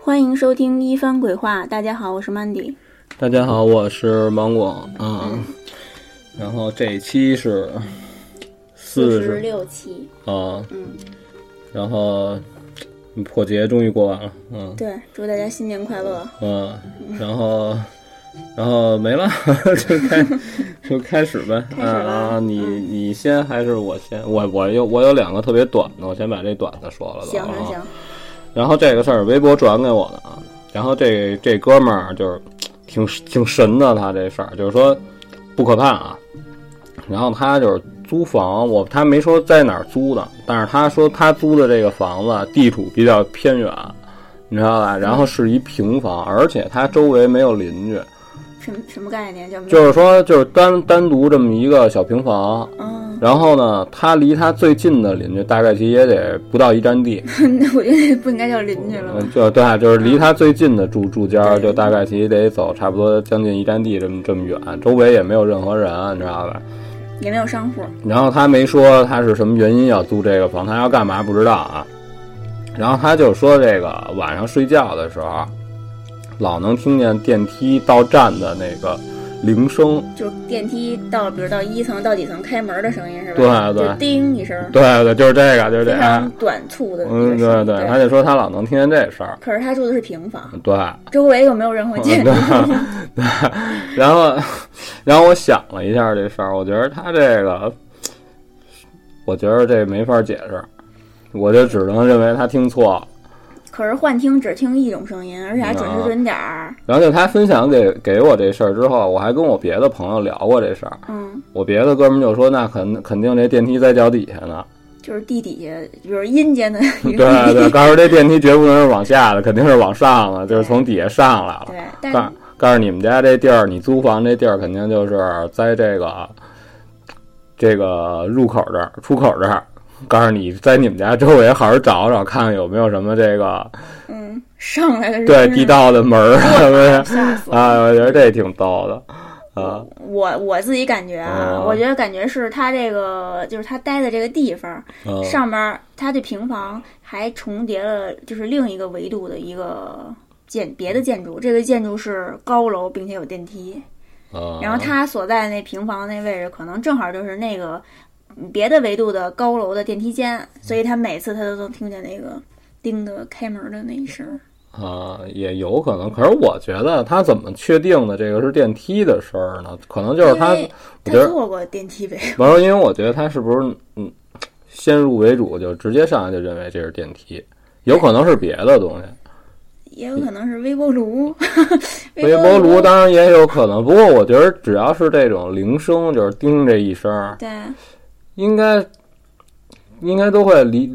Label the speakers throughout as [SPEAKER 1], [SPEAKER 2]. [SPEAKER 1] 欢迎收听《一番鬼话》，大家好，我是 Mandy。
[SPEAKER 2] 大家好，我是芒果啊、
[SPEAKER 1] 嗯
[SPEAKER 2] 然后这一期是四
[SPEAKER 1] 十
[SPEAKER 2] 十
[SPEAKER 1] 六期，
[SPEAKER 2] 啊，
[SPEAKER 1] 嗯，
[SPEAKER 2] 然后嗯破节终于过完了，嗯
[SPEAKER 1] 对，祝大家新年快乐。
[SPEAKER 2] 嗯，然后然后没了， 就开 就开始呗
[SPEAKER 1] 开始
[SPEAKER 2] 啊
[SPEAKER 1] 吧
[SPEAKER 2] 啊！你
[SPEAKER 1] 嗯
[SPEAKER 2] 你先还是我先？我我有我有两个特别短的，我先把这短的说了吧。
[SPEAKER 1] 行
[SPEAKER 2] 啊
[SPEAKER 1] 行行，
[SPEAKER 2] 然后这个事儿微博转给我的啊，然后这这哥们儿就是挺挺神的，他这事儿就是说不可怕啊。然后他就是租房，我他没说在哪儿租的，但是他说他租的这个房子地处比较偏远，你知道吧？然后是一平房，而且他周围没有邻居，
[SPEAKER 1] 什么什么概念？叫
[SPEAKER 2] 就是说就是单单独这么一个小平房。
[SPEAKER 1] 嗯，
[SPEAKER 2] 然后呢，他离他最近的邻居大概其实也得不到一站地，
[SPEAKER 1] 那我觉得不应该叫邻居了吧
[SPEAKER 2] 嗯，？就对啊，就是离他最近的住住家儿，
[SPEAKER 1] 对
[SPEAKER 2] 就大概其实得走差不多将近一站地这么这么远，周围也没有任何人，你知道吧？嗯
[SPEAKER 1] 也没有商户，
[SPEAKER 2] 然后他没说他是什么原因要租这个房，他要干嘛不知道啊。然后他就说这个晚上睡觉的时候，啊老能听见电梯到站的那个铃声，
[SPEAKER 1] 就是电梯到，比如到一层到几层开门的声音是吧？
[SPEAKER 2] 对对
[SPEAKER 1] 就叮一声，
[SPEAKER 2] 对对，就是这个，就是这
[SPEAKER 1] 非常
[SPEAKER 2] 个。
[SPEAKER 1] 短促的一
[SPEAKER 2] 嗯，
[SPEAKER 1] 个声
[SPEAKER 2] 对
[SPEAKER 1] 音。
[SPEAKER 2] 对，嗯他就说他老能听见这事儿，
[SPEAKER 1] 可是他住的是平房，
[SPEAKER 2] 对。
[SPEAKER 1] 周围又没有任何
[SPEAKER 2] 嗯
[SPEAKER 1] 建筑，
[SPEAKER 2] 然后，然后我想了一下这事儿，我觉得他这个，我觉得这没法解释，我就只能认为他听错了。
[SPEAKER 1] 可是幻听只听一种声音，而且还
[SPEAKER 2] 嗯啊
[SPEAKER 1] 准时准点儿。
[SPEAKER 2] 然后就他分享给给我这事儿之后，我还跟我别的朋友聊过这事儿，
[SPEAKER 1] 嗯，
[SPEAKER 2] 我别的哥们儿就说，那肯肯定这电梯在脚底下呢，
[SPEAKER 1] 就是地底下，比如阴间的一
[SPEAKER 2] 对
[SPEAKER 1] 个地
[SPEAKER 2] 对，告诉这电梯绝不能是往下的，肯定是往上的，就是从底下上来了。
[SPEAKER 1] 对，但
[SPEAKER 2] 告诉告诉你们家这地儿，你租房这地儿肯定就是在这个这个入口这儿、出口这儿。告诉你，在你们家周围好好找找，看看有没有什么这个
[SPEAKER 1] 嗯，上来的人
[SPEAKER 2] 对地道的门儿什么的
[SPEAKER 1] 吓死
[SPEAKER 2] 啊，我觉得这挺逗的啊。
[SPEAKER 1] 我我自己感觉啊，
[SPEAKER 2] 哦
[SPEAKER 1] 我觉得感觉是他这个就是他待的这个地方、
[SPEAKER 2] 嗯
[SPEAKER 1] 上面，他这平房还重叠了，就是另一个维度的一个建别的建筑，这个建筑是高楼并且有电梯，
[SPEAKER 2] 啊
[SPEAKER 1] 然后他所在那平房那位置可能正好就是那个嗯别的维度的高楼的电梯间，所以他每次他都能听见那个叮的开门的那一声。
[SPEAKER 2] 啊，也有可能。可是我觉得他怎么确定的这个是电梯的事儿呢？可能就是他
[SPEAKER 1] 因为，
[SPEAKER 2] 我
[SPEAKER 1] 他
[SPEAKER 2] 觉得
[SPEAKER 1] 坐过电梯呗，
[SPEAKER 2] 完了，因为我觉得他是不是嗯，先入为主就直接上来就认为这是电梯，有可能是别的东西，
[SPEAKER 1] 也有可能是微波炉，哎
[SPEAKER 2] 微波炉当然也有可能。不过我觉得只要是这种铃声，就是叮这一声，
[SPEAKER 1] 对。
[SPEAKER 2] 应该应该都会离，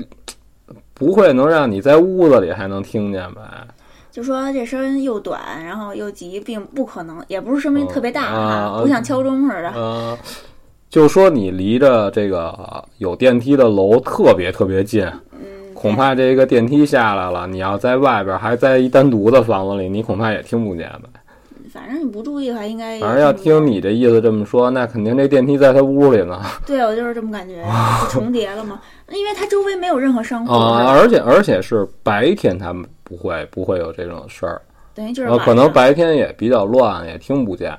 [SPEAKER 2] 不会能让你在屋子里还能听见吧？
[SPEAKER 1] 就说这声音又短，然后又急，并不可能，也不是声音特别大
[SPEAKER 2] 嗯啊
[SPEAKER 1] 不像敲钟似的。
[SPEAKER 2] 呃， 就说你离着这个有电梯的楼特别特别近，
[SPEAKER 1] 嗯，
[SPEAKER 2] 恐怕这个电梯下来了，你要在外边还在一单独的房子里，你恐怕也听不见吧？
[SPEAKER 1] 对反正你不注意的话，应该也
[SPEAKER 2] 反正要听你这意思这么说，那肯定这电梯在他屋里 呢
[SPEAKER 1] 对我就是这么感觉，就重叠了嘛。因为它周围没有任何商户，
[SPEAKER 2] 啊！
[SPEAKER 1] 是吧
[SPEAKER 2] 哦而且而且是白天他们不会不会有这种事儿，
[SPEAKER 1] 等于就是
[SPEAKER 2] 呃，
[SPEAKER 1] 晚上
[SPEAKER 2] 可能白天也比较乱，也听不见，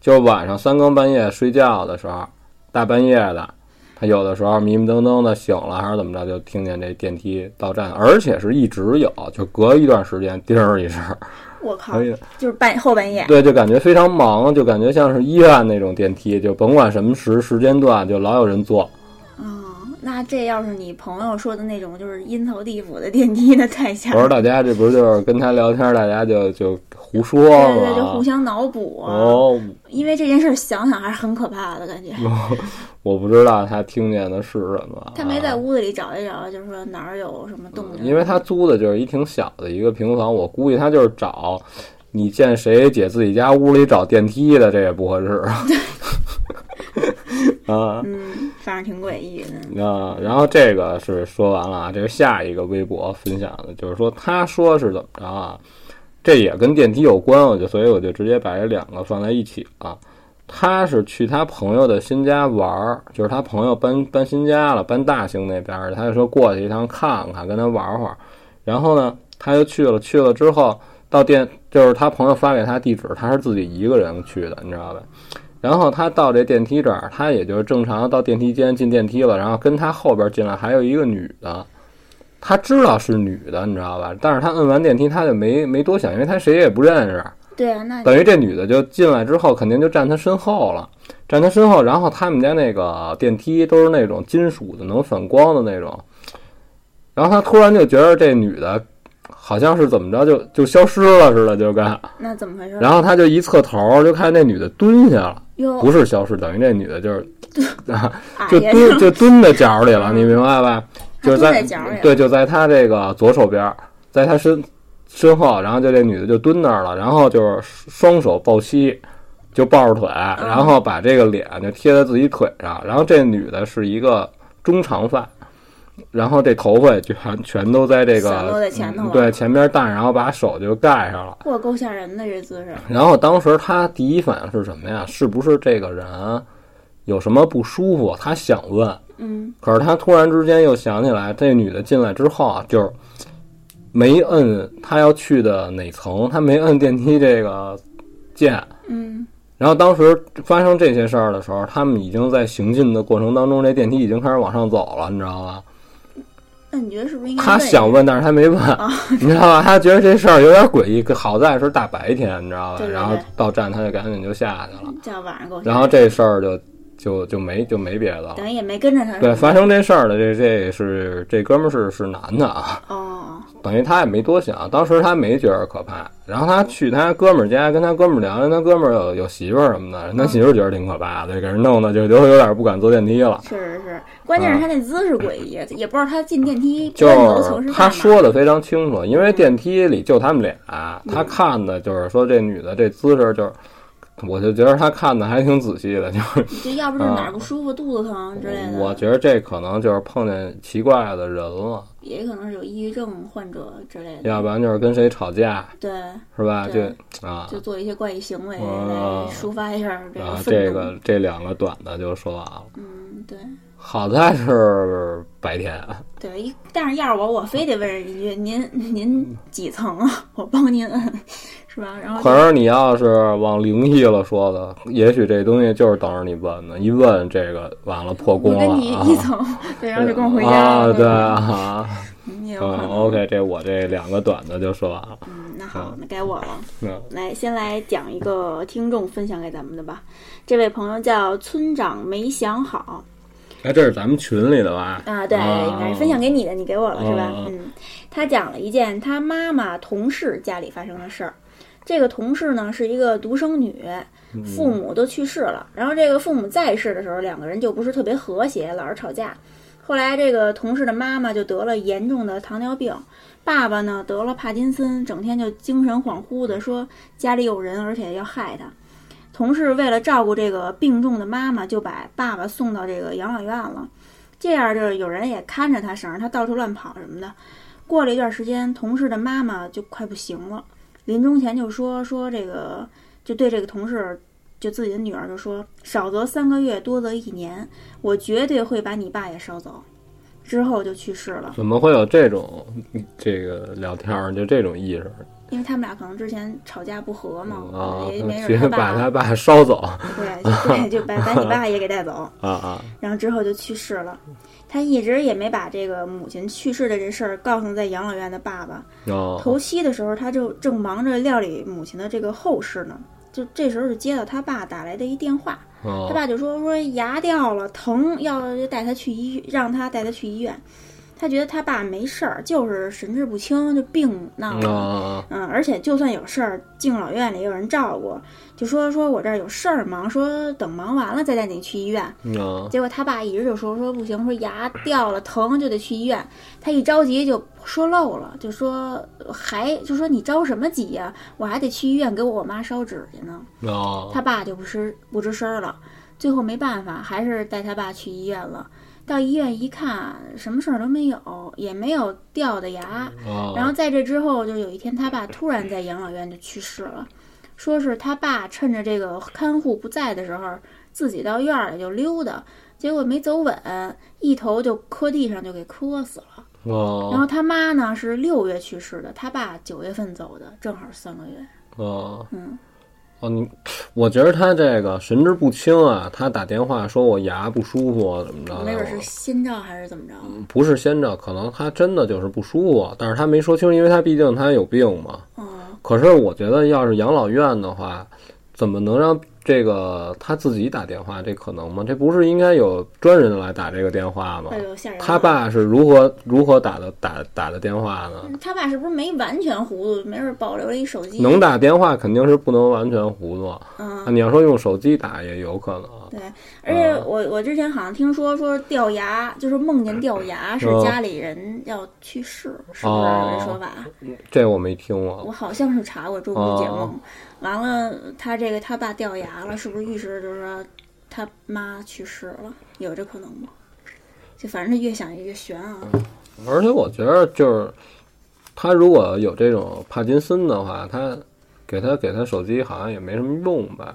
[SPEAKER 2] 就是晚上三更半夜睡觉的时候，大半夜的，他有的时候迷迷瞪瞪的醒了还是怎么着，就听见这电梯到站，而且是一直有，就隔一段时间叮儿一声，
[SPEAKER 1] 我靠
[SPEAKER 2] 所，以
[SPEAKER 1] 就是半后半夜，
[SPEAKER 2] 对，就感觉非常忙，就感觉像是医院那种电梯，就甭管什么时时间段，就老有人坐。
[SPEAKER 1] 嗯，那这要是你朋友说的那种，就是阴曹地府的电梯，那太吓
[SPEAKER 2] 我说
[SPEAKER 1] 人。
[SPEAKER 2] 大家 这不是就是跟他聊天，大家就就胡说
[SPEAKER 1] 对
[SPEAKER 2] 吗？
[SPEAKER 1] 对对，就互相脑补啊，
[SPEAKER 2] 哦，
[SPEAKER 1] 因为这件事儿想想还是很可怕的感觉。
[SPEAKER 2] 我不知道他听见的是什么。
[SPEAKER 1] 他没在
[SPEAKER 2] 啊，
[SPEAKER 1] 屋子里找一找，就是说哪儿有什么动静，
[SPEAKER 2] 嗯因为他租的就是一挺小的一个平房，我估计他就是找你见谁姐自己家屋里找电梯的，这也不合 适。啊
[SPEAKER 1] 嗯，反正挺诡异的。
[SPEAKER 2] 啊，然后这个是说完了啊，这是下一个微博分享的，就是说他说是怎么着啊，这也跟电梯有关，我就所以我就直接把这两个放在一起了、他是去他朋友的新家玩儿，就是他朋友搬搬新家了，搬大兴那边儿，他就说过去一趟看看，跟他玩会儿。然后呢，他就去了，去了之后到店，就是他朋友发给他地址，他是自己一个人去的，你知道吧？然后他到这电梯这儿，他也就正常到电梯间进电梯了，然后跟他后边进来还有一个女的，他知道是女的，你知道吧？但是他摁完电梯他就没没多想，因为他谁也不认识，
[SPEAKER 1] 对啊，那
[SPEAKER 2] 等于这女的就进来之后肯定就站他身后了，站他身后，然后他们家那个电梯都是那种金属的，能反光的那种，然后他突然就觉得这女的好像是怎么着就就消失了似的，就该，
[SPEAKER 1] 那怎么回事？
[SPEAKER 2] 然后他就一侧头就看那女的蹲下了。
[SPEAKER 1] 哟，
[SPEAKER 2] 不是消失，等于这女的就是
[SPEAKER 1] 哎
[SPEAKER 2] 就
[SPEAKER 1] 呀，
[SPEAKER 2] 蹲就蹲在角里了，你明白吧？
[SPEAKER 1] 还
[SPEAKER 2] 就是
[SPEAKER 1] 嗯蹲在角里了
[SPEAKER 2] 对，就在他这个左手边儿，在他身身后，然后就这女的就蹲那儿了，然后就是双手抱膝，就抱着腿，
[SPEAKER 1] 嗯
[SPEAKER 2] 然后把这个脸就贴在自己腿上，然后这女的是一个中长发。然后这头发全全都在这
[SPEAKER 1] 散落
[SPEAKER 2] 个嗯
[SPEAKER 1] 在前头了
[SPEAKER 2] 对前边淡，然后把手就盖上了。
[SPEAKER 1] 哇，够吓人的这姿势。
[SPEAKER 2] 然后当时他第一反应是什么呀？是不是这个人有什么不舒服？他想问，
[SPEAKER 1] 嗯，
[SPEAKER 2] 可是他突然之间又想起来，这女的进来之后啊，就是没摁他要去的哪层，他没摁电梯这个键。
[SPEAKER 1] 嗯，
[SPEAKER 2] 然后当时发生这些事儿的时候，他们已经在行进的过程当中，这电梯已经开始往上走了，你知道吧？
[SPEAKER 1] 那你觉得是不是应该
[SPEAKER 2] 他
[SPEAKER 1] 问一
[SPEAKER 2] 想
[SPEAKER 1] 下
[SPEAKER 2] 问，但是他没问，
[SPEAKER 1] 啊
[SPEAKER 2] 你知道吧？他觉得这事儿有点诡异，可好在是大白天，你知道吧？
[SPEAKER 1] 对对对
[SPEAKER 2] 然后到站他就赶紧就下去了，
[SPEAKER 1] 叫晚上够吓人。
[SPEAKER 2] 然后这事儿就就就没就没别的了。
[SPEAKER 1] 等于也没跟着他。
[SPEAKER 2] 对，发生这事儿的这这是这哥们儿是是男的啊，
[SPEAKER 1] 哦，
[SPEAKER 2] 等于他也没多想，当时他没觉得可怕。然后他去他哥们儿家跟他哥们儿聊，人他哥们儿有有媳妇儿什么的，
[SPEAKER 1] 嗯
[SPEAKER 2] 人他媳妇儿觉得挺可怕的，给人弄的就就有点不敢坐电梯了。
[SPEAKER 1] 确实是，关键是他那姿势诡异，也不知道他进电梯
[SPEAKER 2] 嗯就
[SPEAKER 1] 这楼层是干
[SPEAKER 2] 是他
[SPEAKER 1] 嘛。
[SPEAKER 2] 说的非常清楚，因为电梯里就他们俩，
[SPEAKER 1] 嗯
[SPEAKER 2] 他看的就是说这女的这姿势就是，我就觉得他看的还挺仔细的，就是
[SPEAKER 1] 你这要不是哪儿不舒服、肚子疼之类的，
[SPEAKER 2] 嗯我觉得这可能就是碰见奇怪的人了，
[SPEAKER 1] 也可能是有抑郁症患者之类的。
[SPEAKER 2] 要不然就是跟谁吵架
[SPEAKER 1] 对，
[SPEAKER 2] 是吧？就
[SPEAKER 1] 对
[SPEAKER 2] 啊，
[SPEAKER 1] 就做一些怪异行为
[SPEAKER 2] 嗯
[SPEAKER 1] 来抒发一下这
[SPEAKER 2] 然
[SPEAKER 1] 个
[SPEAKER 2] 后
[SPEAKER 1] 愤
[SPEAKER 2] 这
[SPEAKER 1] 怒。
[SPEAKER 2] 个这两个短的就说完了。
[SPEAKER 1] 嗯，对
[SPEAKER 2] 好在是白天，啊
[SPEAKER 1] 对，一但是要是我，我非得问人一句：“您您几层啊？我帮您摁，是吧？”然后
[SPEAKER 2] 可是你要是往灵异了说的，也许这东西就是等着你问呢。一问这个完了破
[SPEAKER 1] 我
[SPEAKER 2] 功了
[SPEAKER 1] 跟你
[SPEAKER 2] 啊！
[SPEAKER 1] 一层，对，然后就跟我回家
[SPEAKER 2] 啊，
[SPEAKER 1] 了。
[SPEAKER 2] 对啊，
[SPEAKER 1] 嗯，也有可
[SPEAKER 2] 嗯
[SPEAKER 1] 能。
[SPEAKER 2] ，OK，这我这两个短的就说完了。
[SPEAKER 1] 嗯，那好，那该我了。
[SPEAKER 2] 嗯
[SPEAKER 1] 来，先来讲一个听众分享给咱们的吧。这位朋友叫村长没想好
[SPEAKER 2] 哎，这是咱们群里的吧？
[SPEAKER 1] 啊，对，应该是分享给你的，你给我了是吧
[SPEAKER 2] 啊？
[SPEAKER 1] 嗯，他讲了一件他妈妈同事家里发生的事儿。这个同事呢是一个独生女，父母都去世了。然后这个父母在世的时候，两个人就不是特别和谐，老是吵架。后来这个同事的妈妈就得了严重的糖尿病，爸爸呢得了帕金森，整天就精神恍惚的说家里有人，而且要害他。同事为了照顾这个病重的妈妈，就把爸爸送到这个养老院了。这样就是有人也看着他，省着他到处乱跑什么的。过了一段时间，同事的妈妈就快不行了，临终前就说说这个，就对这个同事，就自己的女儿就说，少则三个月，多则一年，我绝对会把你爸也捎走。之后就去世了，
[SPEAKER 2] 怎么会有这种这个聊天儿就这种意识？
[SPEAKER 1] 因为他们俩可能之前吵架不和嘛，
[SPEAKER 2] 啊
[SPEAKER 1] 也没，
[SPEAKER 2] 觉
[SPEAKER 1] 准他
[SPEAKER 2] 得把
[SPEAKER 1] 爸
[SPEAKER 2] 他爸烧走
[SPEAKER 1] 对对，就把把你爸也给带走。
[SPEAKER 2] 啊啊！
[SPEAKER 1] 然后之后就去世了。他一直也没把这个母亲去世的这事儿告诉在养老院的爸爸。
[SPEAKER 2] 哦，
[SPEAKER 1] 头七的时候，他就正忙着料理母亲的这个后事呢，就这时候就接到他爸打来的一电话，他
[SPEAKER 2] 哦，
[SPEAKER 1] 爸就说说牙掉了疼，要带他去医，让他带他去医院。他觉得他爸没事儿，就是神志不清，就病闹
[SPEAKER 2] 嗯
[SPEAKER 1] 了。
[SPEAKER 2] 啊
[SPEAKER 1] 嗯，而且就算有事儿，敬老院里也有人照顾，就说说我这儿有事儿忙，说等忙完了再带你去医院。
[SPEAKER 2] 啊
[SPEAKER 1] 结果他爸一直就说说不行，说牙掉了疼就得去医院。他一着急就说漏了，就说还就说你着什么急呀、我还得去医院给我妈烧纸去呢。
[SPEAKER 2] 啊！
[SPEAKER 1] 他爸就不吱不吱声了，最后没办法，还是带他爸去医院了。到医院一看，什么事儿都没有，也没有掉的牙。然后在这之后，就有一天他爸突然在养老院就去世了，说是他爸趁着这个看护不在的时候，自己到院儿里就溜达，结果没走稳，一头就磕地上就给磕死了。然
[SPEAKER 2] 哦
[SPEAKER 1] 后他妈呢是六月去世的，他爸九月份走的，正好三个月。
[SPEAKER 2] 哦
[SPEAKER 1] 嗯，
[SPEAKER 2] 哦，你，我觉得他这个神志不清啊，他打电话说我牙不舒服怎么着的，
[SPEAKER 1] 没准是心照还是怎么着？
[SPEAKER 2] 不是先兆，可能他真的就是不舒服，但是他没说清，因为他毕竟他有病嘛。
[SPEAKER 1] 嗯，
[SPEAKER 2] 可是我觉得，要是养老院的话，怎么能让这个他自己打电话？这可能吗？这不是应该有专人来打这个电话吗
[SPEAKER 1] 哎？呦吓人了！
[SPEAKER 2] 他爸是如何如何打的打打的电话呢？
[SPEAKER 1] 他爸是不是没完全糊涂？没准保留了一手机。
[SPEAKER 2] 能打电话肯定是不能完全糊涂，
[SPEAKER 1] 嗯，
[SPEAKER 2] 你要说用手机打也有可能。
[SPEAKER 1] 对，而且
[SPEAKER 2] 嗯
[SPEAKER 1] 我我之前好像听说说掉牙，就是梦见掉牙是
[SPEAKER 2] 嗯哦
[SPEAKER 1] 家里人要去世，是不是有这说法？
[SPEAKER 2] 这我没听过
[SPEAKER 1] 我，好像是查过中医解梦
[SPEAKER 2] 哦，
[SPEAKER 1] 完了他这个他爸掉牙了，是不是预示着就是说他妈去世了？有这可能吗？就反正他越想越悬啊。
[SPEAKER 2] 嗯而且我觉得就是他如果有这种帕金森的话，他给他给他手机好像也没什么用吧。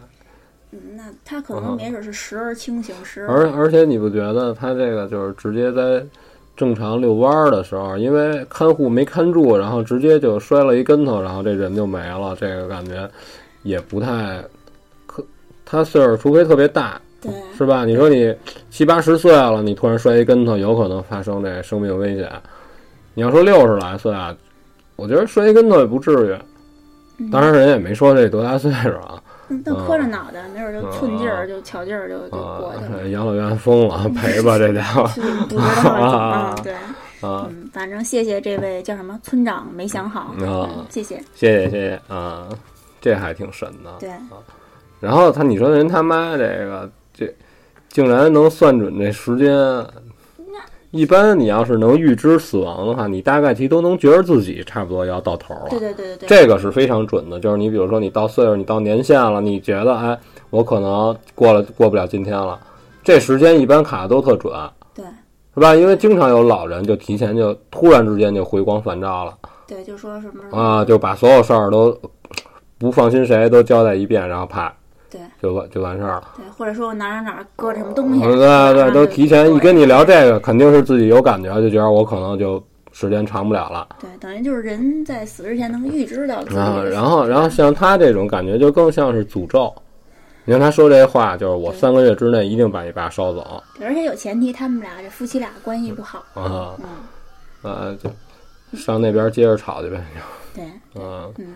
[SPEAKER 1] 嗯，那他可能没准是时而清醒，时而
[SPEAKER 2] 而而且你不觉得他这个就是直接在正常遛弯儿的时候，因为看护没看住，然后直接就摔了一跟头，然后这人就没了，这个感觉也不太可。他岁数除非特别大，
[SPEAKER 1] 对。
[SPEAKER 2] 是吧？你说你七八十岁了，你突然摔一跟头，有可能发生这生命危险。你要说六十来岁啊，我觉得摔一跟头也不至于。
[SPEAKER 1] 嗯
[SPEAKER 2] 当然，人也没说这多大岁数啊，
[SPEAKER 1] 那那嗯磕着脑袋，没准就寸劲儿，
[SPEAKER 2] 嗯
[SPEAKER 1] 就巧劲儿，就就过去
[SPEAKER 2] 啊
[SPEAKER 1] 了。，
[SPEAKER 2] 养老院疯了， 赔吧这家伙
[SPEAKER 1] 所以不知道怎么
[SPEAKER 2] 啊
[SPEAKER 1] 办对，
[SPEAKER 2] 啊！
[SPEAKER 1] 嗯，反正谢谢这位叫什么村长，没想好，嗯
[SPEAKER 2] 啊
[SPEAKER 1] 谢谢。
[SPEAKER 2] 谢谢谢谢啊，这还挺神的。
[SPEAKER 1] 对，
[SPEAKER 2] 然后他你说人他妈这个这竟然能算准这时间，一般你要是能预知死亡的话，你大概其都能觉得自己差不多要到头了。
[SPEAKER 1] 对对对对对，
[SPEAKER 2] 这个是非常准的，就是你比如说你到岁数，你到年限了，你觉得哎，我可能过了过不了今天了，这时间一般卡的都特准，
[SPEAKER 1] 对
[SPEAKER 2] 是吧？因为经常有老人就提前就突然之间就回光返照了
[SPEAKER 1] 对，就说什么
[SPEAKER 2] 啊，就把所有事儿都不放心谁都交代一遍，然后啪
[SPEAKER 1] 对
[SPEAKER 2] 就完就完事儿了。
[SPEAKER 1] 对，或者说我哪儿哪儿搁着什么东西，啊
[SPEAKER 2] 对对，嗯都提前一
[SPEAKER 1] 对
[SPEAKER 2] 跟你聊这个，肯定是自己有感觉，就觉得我可能就时间长不了了。
[SPEAKER 1] 对，等于就是人在死之前能预知到自己
[SPEAKER 2] 然后，
[SPEAKER 1] 的
[SPEAKER 2] 啊然后，然后像他这种感觉就更像是诅咒。你看他说这话，就是我三个月之内一定把你爸烧走
[SPEAKER 1] 死，而且有前提，他们俩这夫妻俩关系不好，
[SPEAKER 2] 啊，
[SPEAKER 1] 嗯，
[SPEAKER 2] 呃，就上那边接着吵去呗，
[SPEAKER 1] 对，
[SPEAKER 2] 就嗯
[SPEAKER 1] 嗯，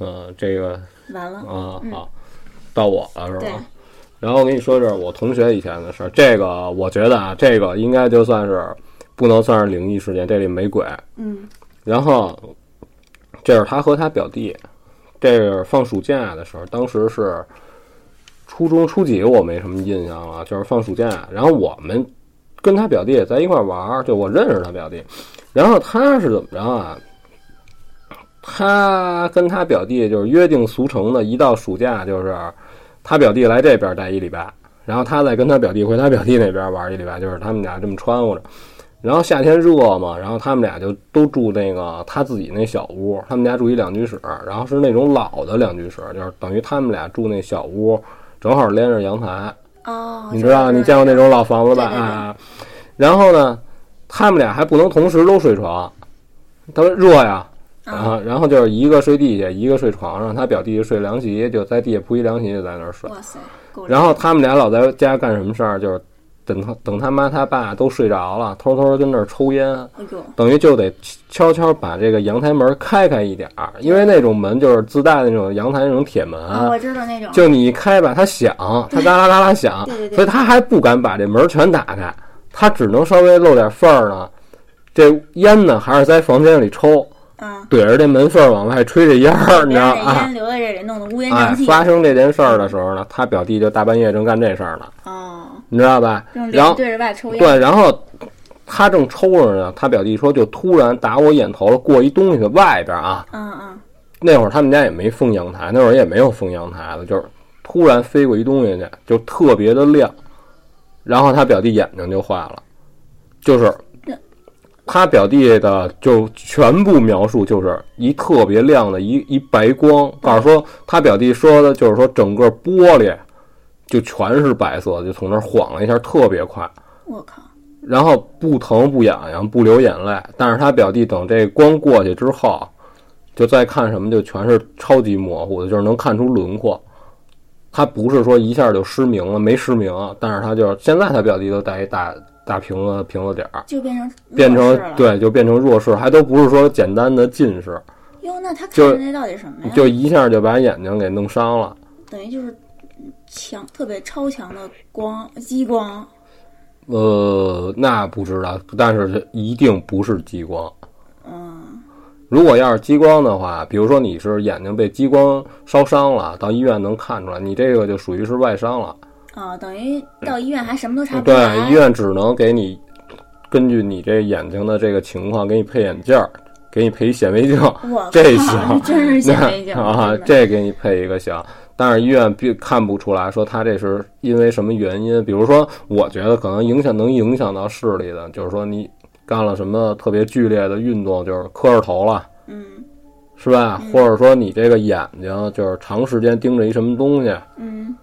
[SPEAKER 2] 嗯，这个
[SPEAKER 1] 完了，嗯
[SPEAKER 2] 啊好，到我了是
[SPEAKER 1] 对
[SPEAKER 2] 吧？然后我跟你说，这是我同学以前的事儿。这个我觉得啊，这个应该就算是不能算是灵异事件，这里没鬼。
[SPEAKER 1] 嗯
[SPEAKER 2] 然后这是他和他表弟，这是放暑假的时候，当时是初中初几，我没什么印象了，就是放暑假。然后我们跟他表弟也在一块儿玩儿，就我认识他表弟。然后他是怎么着啊？他跟他表弟就是约定俗成的，一到暑假就是他表弟来这边待一礼拜，然后他再跟他表弟回他表弟那边玩一礼拜，就是他们俩这么穿和着。然后夏天热嘛，然后他们俩就都住那个他自己那小屋，他们家住一两居室，然后是那种老的两居室，就是等于他们俩住那小屋，正好连着阳台，
[SPEAKER 1] 哦，
[SPEAKER 2] 你知道你见过那种老房子吧？
[SPEAKER 1] 对对对
[SPEAKER 2] 啊，然后呢，他们俩还不能同时都睡床，他说热呀。啊，然后就是一个睡地下，一个睡床上。他表弟睡凉席，就在地下铺一凉席，就在那儿睡。
[SPEAKER 1] 哇塞，够
[SPEAKER 2] 然后他们俩老在家干什么事儿？就是等他等他妈他爸都睡着了，偷偷跟那儿抽烟，
[SPEAKER 1] 哎呦，
[SPEAKER 2] 等于就得悄悄把这个阳台门开开一点儿，因为那种门就是自带那种阳台那种铁门，
[SPEAKER 1] 啊，我知道那种，
[SPEAKER 2] 就你一开吧，它响，它哒啦哒啦响，
[SPEAKER 1] 对对对
[SPEAKER 2] 所以他还不敢把这门全打开，他只能稍微露点缝儿呢。这烟呢，还是在房间里抽，
[SPEAKER 1] 啊，
[SPEAKER 2] 怼着这门缝儿往外吹这烟儿，
[SPEAKER 1] 别
[SPEAKER 2] 你知道
[SPEAKER 1] 让
[SPEAKER 2] 吗
[SPEAKER 1] 这
[SPEAKER 2] 啊？
[SPEAKER 1] 烟留在这里，弄得乌烟
[SPEAKER 2] 哎
[SPEAKER 1] 瘴，气，
[SPEAKER 2] 发生这件事儿的时候呢，他表弟就大半夜正干这事儿呢，
[SPEAKER 1] 哦，
[SPEAKER 2] 你知道吧
[SPEAKER 1] 用？
[SPEAKER 2] 然
[SPEAKER 1] 脸
[SPEAKER 2] 后
[SPEAKER 1] 对着外抽烟，
[SPEAKER 2] 对，然后他正抽着呢，他表弟说就突然打我眼头了，过一东西的外边啊，
[SPEAKER 1] 嗯嗯，
[SPEAKER 2] 那会儿他们家也没封阳台，那会儿也没有封阳台的，就是突然飞过一东西去，就特别的亮，然后他表弟眼睛就坏了，就是
[SPEAKER 1] 那
[SPEAKER 2] 他表弟的就全部描述就是一特别亮的一一白光，告诉说他表弟说的就是说整个玻璃就全是白色的，就从那儿晃了一下，特别快。
[SPEAKER 1] 我靠，
[SPEAKER 2] 然后不疼不痒痒不流眼泪，但是他表弟等这光过去之后，就再看什么就全是超级模糊的，就是能看出轮廓。他不是说一下就失明了，没失明，啊但是他就是现在他表弟都带一大大瓶子瓶子点儿，
[SPEAKER 1] 就变成
[SPEAKER 2] 变
[SPEAKER 1] 弱
[SPEAKER 2] 成
[SPEAKER 1] 视了。
[SPEAKER 2] 对就变成弱视，还都不是说简单的近视，
[SPEAKER 1] 哟，那他看
[SPEAKER 2] 就
[SPEAKER 1] 的那到底什么呀？
[SPEAKER 2] 就一下就把眼睛给弄伤了。
[SPEAKER 1] 等于就是强特别超强的光激光，
[SPEAKER 2] 呃，那不知道，但是一定不是激光。
[SPEAKER 1] 嗯，
[SPEAKER 2] 如果要是激光的话，比如说你是眼睛被激光烧伤了，到医院能看出来，你这个就属于是外伤了。
[SPEAKER 1] 啊，等于到医院还什么都查不出来。
[SPEAKER 2] 对，医院只能给你根据你这眼睛的这个情况，给你配眼镜儿，给你配一显微镜，
[SPEAKER 1] 我
[SPEAKER 2] 这一
[SPEAKER 1] 靠，
[SPEAKER 2] 行
[SPEAKER 1] 真是嗯 显微镜
[SPEAKER 2] 啊，
[SPEAKER 1] 真的
[SPEAKER 2] 这给你配一个行。但是医院并看不出来说他这是因为什么原因，比如说，我觉得可能影响能影响到视力的，就是说你干了什么特别剧烈的运动，就是磕着头了。
[SPEAKER 1] 嗯
[SPEAKER 2] 是吧？或者说你这个眼睛就是长时间盯着一什么东西，
[SPEAKER 1] 嗯，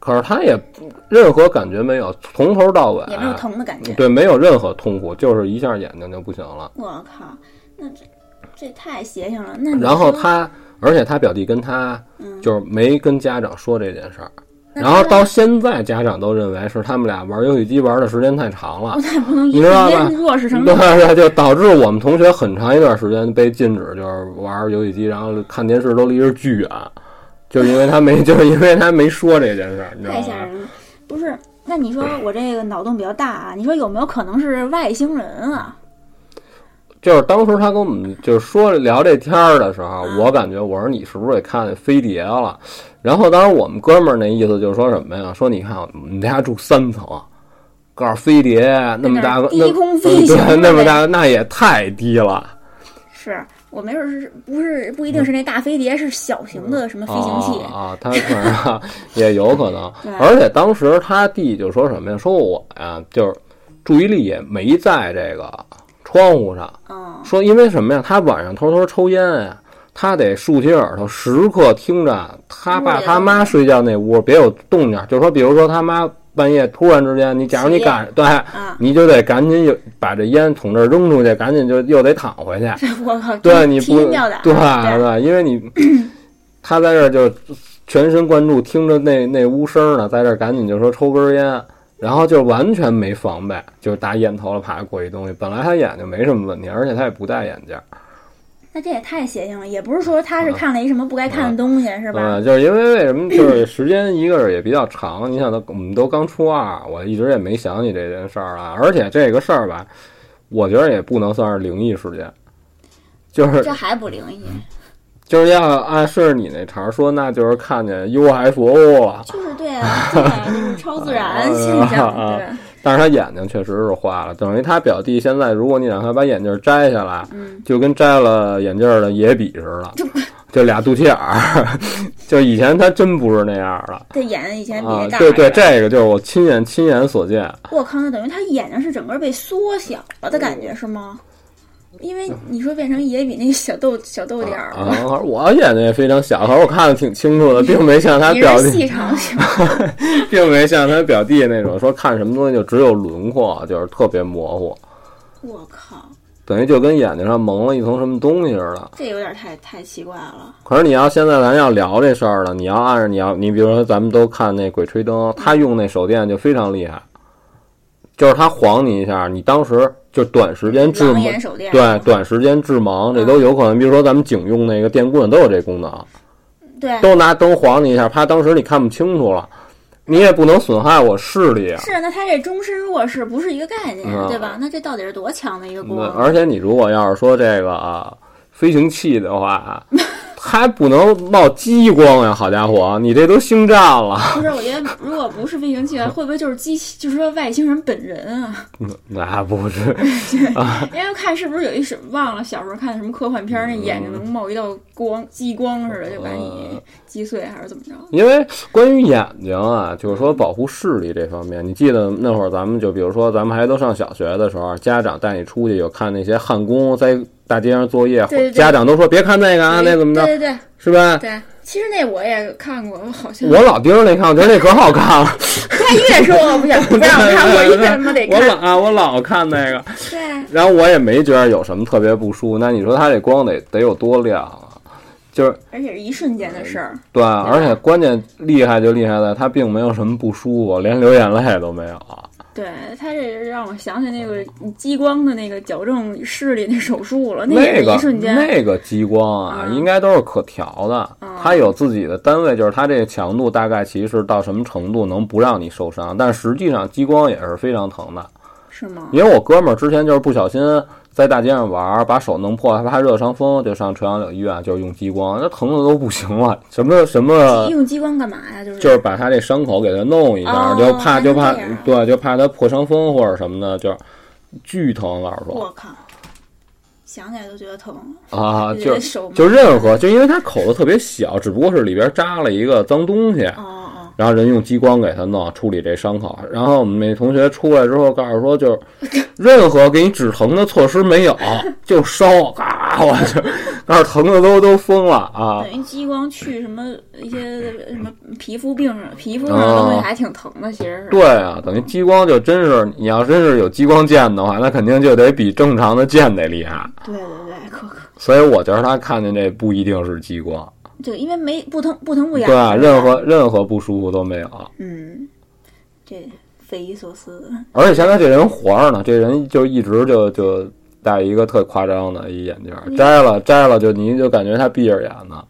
[SPEAKER 2] 可是他也不任何感觉没有，从头到尾啊
[SPEAKER 1] 也没有疼的感觉。
[SPEAKER 2] 对，没有任何痛苦，就是一下眼睛就不行了。
[SPEAKER 1] 我靠，那这这太邪性了。那你
[SPEAKER 2] 然后
[SPEAKER 1] 说，
[SPEAKER 2] 他，而且他表弟跟他
[SPEAKER 1] 嗯，
[SPEAKER 2] 就是没跟家长说这件事儿，
[SPEAKER 1] 那
[SPEAKER 2] 然后
[SPEAKER 1] 他
[SPEAKER 2] 到现在家长都认为是他们俩玩游戏机玩的时间太长了
[SPEAKER 1] 我，再不能
[SPEAKER 2] 你知道吧
[SPEAKER 1] 直接弱视成
[SPEAKER 2] 对对，就导致我们同学很长一段时间被禁止就是玩游戏机，然后看电视都离着巨远，就是因为他没， 就是因为他没说这件事儿，你知道
[SPEAKER 1] 太吓
[SPEAKER 2] 吗？
[SPEAKER 1] 人了。不是，那你说我这个脑洞比较大啊？你说有没有可能是外星人啊？
[SPEAKER 2] 就是当时他跟我们就是说聊这天儿的时候，
[SPEAKER 1] 嗯
[SPEAKER 2] 我感觉我说你是不是也看飞碟了？然后当时我们哥们儿那意思就是说什么呀？说你看我们家住三层。告诉飞碟那么大个，
[SPEAKER 1] 在那
[SPEAKER 2] 那
[SPEAKER 1] 儿低空飞行
[SPEAKER 2] 对那么大个，那也太低了。
[SPEAKER 1] 是我没准儿是不是不一定是那大飞碟，是小型的什么飞行器
[SPEAKER 2] 啊，啊，他可能也有可能
[SPEAKER 1] 对，
[SPEAKER 2] 而且当时他弟就说什么呀？说我呀，就是注意力也没在这个窗户上，
[SPEAKER 1] 嗯，
[SPEAKER 2] 说因为什么呀？他晚上偷偷抽烟呀，他得竖起耳朵，时刻听着他爸
[SPEAKER 1] 屋里的
[SPEAKER 2] 他妈睡觉那屋别有动静儿。就说比如说他妈半夜突然之间，你假如你
[SPEAKER 1] 起夜
[SPEAKER 2] 赶对，
[SPEAKER 1] 啊，
[SPEAKER 2] 你就得赶紧有把这烟从这儿扔出去，赶紧就又得躺回去。
[SPEAKER 1] 这我靠，
[SPEAKER 2] 对，你
[SPEAKER 1] 提
[SPEAKER 2] 不
[SPEAKER 1] 心吊胆，
[SPEAKER 2] 对
[SPEAKER 1] 啊对
[SPEAKER 2] 对，因为你 他在这儿就全神贯注听着那那屋声儿呢，在这儿赶紧就说抽根烟，然后就完全没防备，就是打眼头了，爬过一东西。本来他眼睛没什么问题，而且他也不戴眼镜儿，
[SPEAKER 1] 那这也太邪性了。也不是说他是
[SPEAKER 2] 啊
[SPEAKER 1] 看了一什么不该看的东西，是吧？
[SPEAKER 2] 嗯，就是因为为什么就是时间一个是也比较长，你想到我们都刚初二，我一直也没想起这件事儿啊，而且这个事儿吧，我觉得也不能算是灵异事件，就是
[SPEAKER 1] 这还不灵异，
[SPEAKER 2] 就是要按顺着你那茬儿说，那就是看见 UFO 了。
[SPEAKER 1] 就是对啊，对啊， 就是超自然现象，
[SPEAKER 2] 啊
[SPEAKER 1] 对，
[SPEAKER 2] 但是他眼睛确实是花了，等于他表弟现在，如果你让他把眼镜摘下来，
[SPEAKER 1] 嗯，
[SPEAKER 2] 就跟摘了眼镜的野比似的，就俩肚脐眼儿。 就以前他真不是那样的
[SPEAKER 1] 这眼以前比
[SPEAKER 2] 啊
[SPEAKER 1] 那！大
[SPEAKER 2] 对
[SPEAKER 1] 点
[SPEAKER 2] 对，
[SPEAKER 1] 儿。
[SPEAKER 2] 这个就是我亲眼亲眼所见。啊
[SPEAKER 1] 我靠，那等于他眼睛是整个被缩小了的感觉
[SPEAKER 2] 嗯
[SPEAKER 1] 是吗？因为你说变成野比那小豆小豆点儿了，
[SPEAKER 2] 啊，我眼睛也非常小，可是我看的挺清楚的，并没像他
[SPEAKER 1] 你
[SPEAKER 2] 表
[SPEAKER 1] 是
[SPEAKER 2] 弟
[SPEAKER 1] 细长型，
[SPEAKER 2] 并没像他表弟那种说看什么东西就只有轮廓，就是特别模糊。
[SPEAKER 1] 我靠，
[SPEAKER 2] 等于就跟眼睛上蒙了一层什么东西似的。
[SPEAKER 1] 这有点太太奇怪了。
[SPEAKER 2] 可是你要现在咱要聊这事儿了，你要按照你要你比如说咱们都看那《鬼吹灯》，他用那手电就非常厉害，就是他晃你一下，你当时就短时间致
[SPEAKER 1] 狼
[SPEAKER 2] 盲，
[SPEAKER 1] 眼手电，嗯
[SPEAKER 2] 对，短时间致盲这都有可能。比如说咱们警用那个电棍都有这功能，
[SPEAKER 1] 对，
[SPEAKER 2] 都拿灯晃你一下，啪，当时你看不清楚了，你也不能损害我视力啊。
[SPEAKER 1] 是那他这终身弱视不是一个概念，
[SPEAKER 2] 嗯
[SPEAKER 1] 对吧？那这到底是多强的一个
[SPEAKER 2] 那
[SPEAKER 1] 锅？啊
[SPEAKER 2] 而且你如果要是说这个啊飞行器的话，啊它不能冒激光呀，好家伙，你这都星战了，
[SPEAKER 1] 不是，我觉得如果不是飞行器，会不会就是机器，就是说外星人本人啊？
[SPEAKER 2] 那、不是
[SPEAKER 1] 因为看是不是有一什忘了小时候看什么科幻片
[SPEAKER 2] 嗯
[SPEAKER 1] 儿，那眼睛能冒一道光激光似的，就把你击碎还是怎么着？
[SPEAKER 2] 因为关于眼睛啊，就是说保护视力这方面，你记得那会儿咱们就比如说咱们还都上小学的时候，家长带你出去有看那些焊工在大街上作业，
[SPEAKER 1] 对对对
[SPEAKER 2] 家长都说别看那个啊，
[SPEAKER 1] 对
[SPEAKER 2] 那怎么着
[SPEAKER 1] 对对
[SPEAKER 2] 是吧？
[SPEAKER 1] 对对，其实那我也看过，好像
[SPEAKER 2] 我老盯着那看，我觉得那可好看了。
[SPEAKER 1] 他越说我不想不让我看，我越他妈得
[SPEAKER 2] 我老
[SPEAKER 1] 看。
[SPEAKER 2] 啊，我老看那个，
[SPEAKER 1] 对，
[SPEAKER 2] 然后我也没觉得有什么特别不舒服。那你说它这光得得有多亮啊？就是
[SPEAKER 1] 而且是一瞬间的事儿。
[SPEAKER 2] 对，而且关键厉害就厉害在它并没有什么不舒服，连流眼泪都没有啊。
[SPEAKER 1] 对他这是让我想起那个
[SPEAKER 2] 嗯
[SPEAKER 1] 激光的那个矫正视力那手术了，那也
[SPEAKER 2] 那
[SPEAKER 1] 是
[SPEAKER 2] 个
[SPEAKER 1] 一瞬间。
[SPEAKER 2] 那个激光啊，
[SPEAKER 1] 嗯
[SPEAKER 2] 应该都是可调的，它有自己的单位，就是它这个强度大概其实是到什么程度能不让你受伤，但实际上激光也是非常疼的。
[SPEAKER 1] 是吗？
[SPEAKER 2] 因为我哥们儿之前就是不小心在大街上玩儿，把手弄破，还怕热伤风，就上垂杨柳医院，就是用激光，那疼的都不行了，什么什么。
[SPEAKER 1] 用激光干嘛呀？就是
[SPEAKER 2] 呃就是把他这伤口给他弄一下，
[SPEAKER 1] 哦
[SPEAKER 2] 就怕
[SPEAKER 1] 还
[SPEAKER 2] 就怕
[SPEAKER 1] 能这样
[SPEAKER 2] 对，就怕他破伤风或者什么的，就是巨疼。老实说
[SPEAKER 1] 我靠，想起来都觉得疼。
[SPEAKER 2] 啊，
[SPEAKER 1] 就觉
[SPEAKER 2] 就
[SPEAKER 1] 得手
[SPEAKER 2] 就任何，就因为他口子特别小，只不过是里边扎了一个脏东西，
[SPEAKER 1] 哦哦，
[SPEAKER 2] 然后人用激光给他弄处理这伤口。然后我们那同学出来之后告诉说，就是任何给你止疼的措施没 有，就烧，啊，我就那儿疼的都都疯了啊
[SPEAKER 1] 等！于激光去什么一 些什么皮肤病上、皮肤上的东西
[SPEAKER 2] 哦
[SPEAKER 1] 还挺疼的，其实是。
[SPEAKER 2] 对啊，等于激光就真是，你要真是有激光剑的话，那肯定就得比正常的剑得厉害。
[SPEAKER 1] 对对对，可可
[SPEAKER 2] 所以我觉得他看见这不一定是激光，
[SPEAKER 1] 就因为没不疼不疼不痒。
[SPEAKER 2] 对啊，任何任何不舒服都没有。啊
[SPEAKER 1] 嗯，这匪夷所思。
[SPEAKER 2] 而且现在这人活着呢，这人就一直就就戴一个特夸张的一眼镜儿，
[SPEAKER 1] 嗯
[SPEAKER 2] 摘了摘了就你就感觉他闭着眼呢。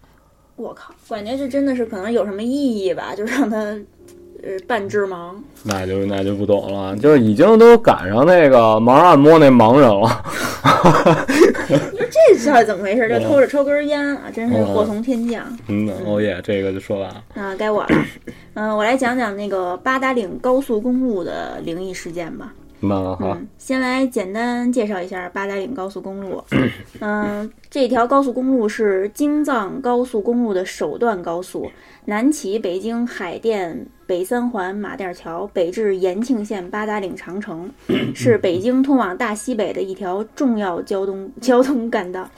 [SPEAKER 1] 我靠，感觉这真的是可能有什么意义吧，就让他呃半只盲。
[SPEAKER 2] 那就那就不懂了，就是已经都赶上那个盲人按摩那盲人了。
[SPEAKER 1] 这到底怎么回事？就偷着抽根烟啊，真是
[SPEAKER 2] 嗯
[SPEAKER 1] 祸从天降。
[SPEAKER 2] 嗯，欧耶，这个就说完了。
[SPEAKER 1] 啊，该我了。嗯、我来讲讲那个八达岭高速公路的灵异事件吧。
[SPEAKER 2] 那好，
[SPEAKER 1] 嗯，先来简单介绍一下八达岭高速公路。嗯、这条高速公路是京藏高速公路的首段高速，南起北京海淀北三环马甸桥，北至延庆县八达岭长城，是北京通往大西北的一条重要交通 交通干道。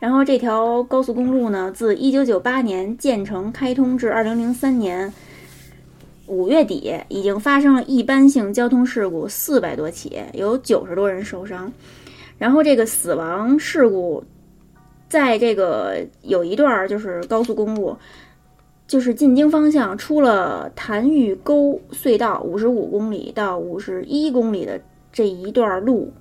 [SPEAKER 1] 然后这条高速公路呢，自1998年建成开通至2003年五月底，已经发生了一般性交通事故四百多起，有九十多人受伤。然后这个死亡事故，在这个有一段儿就是高速公路，就是进京方向出了谭峪沟隧道五十五公里到五十一公里的这一段路，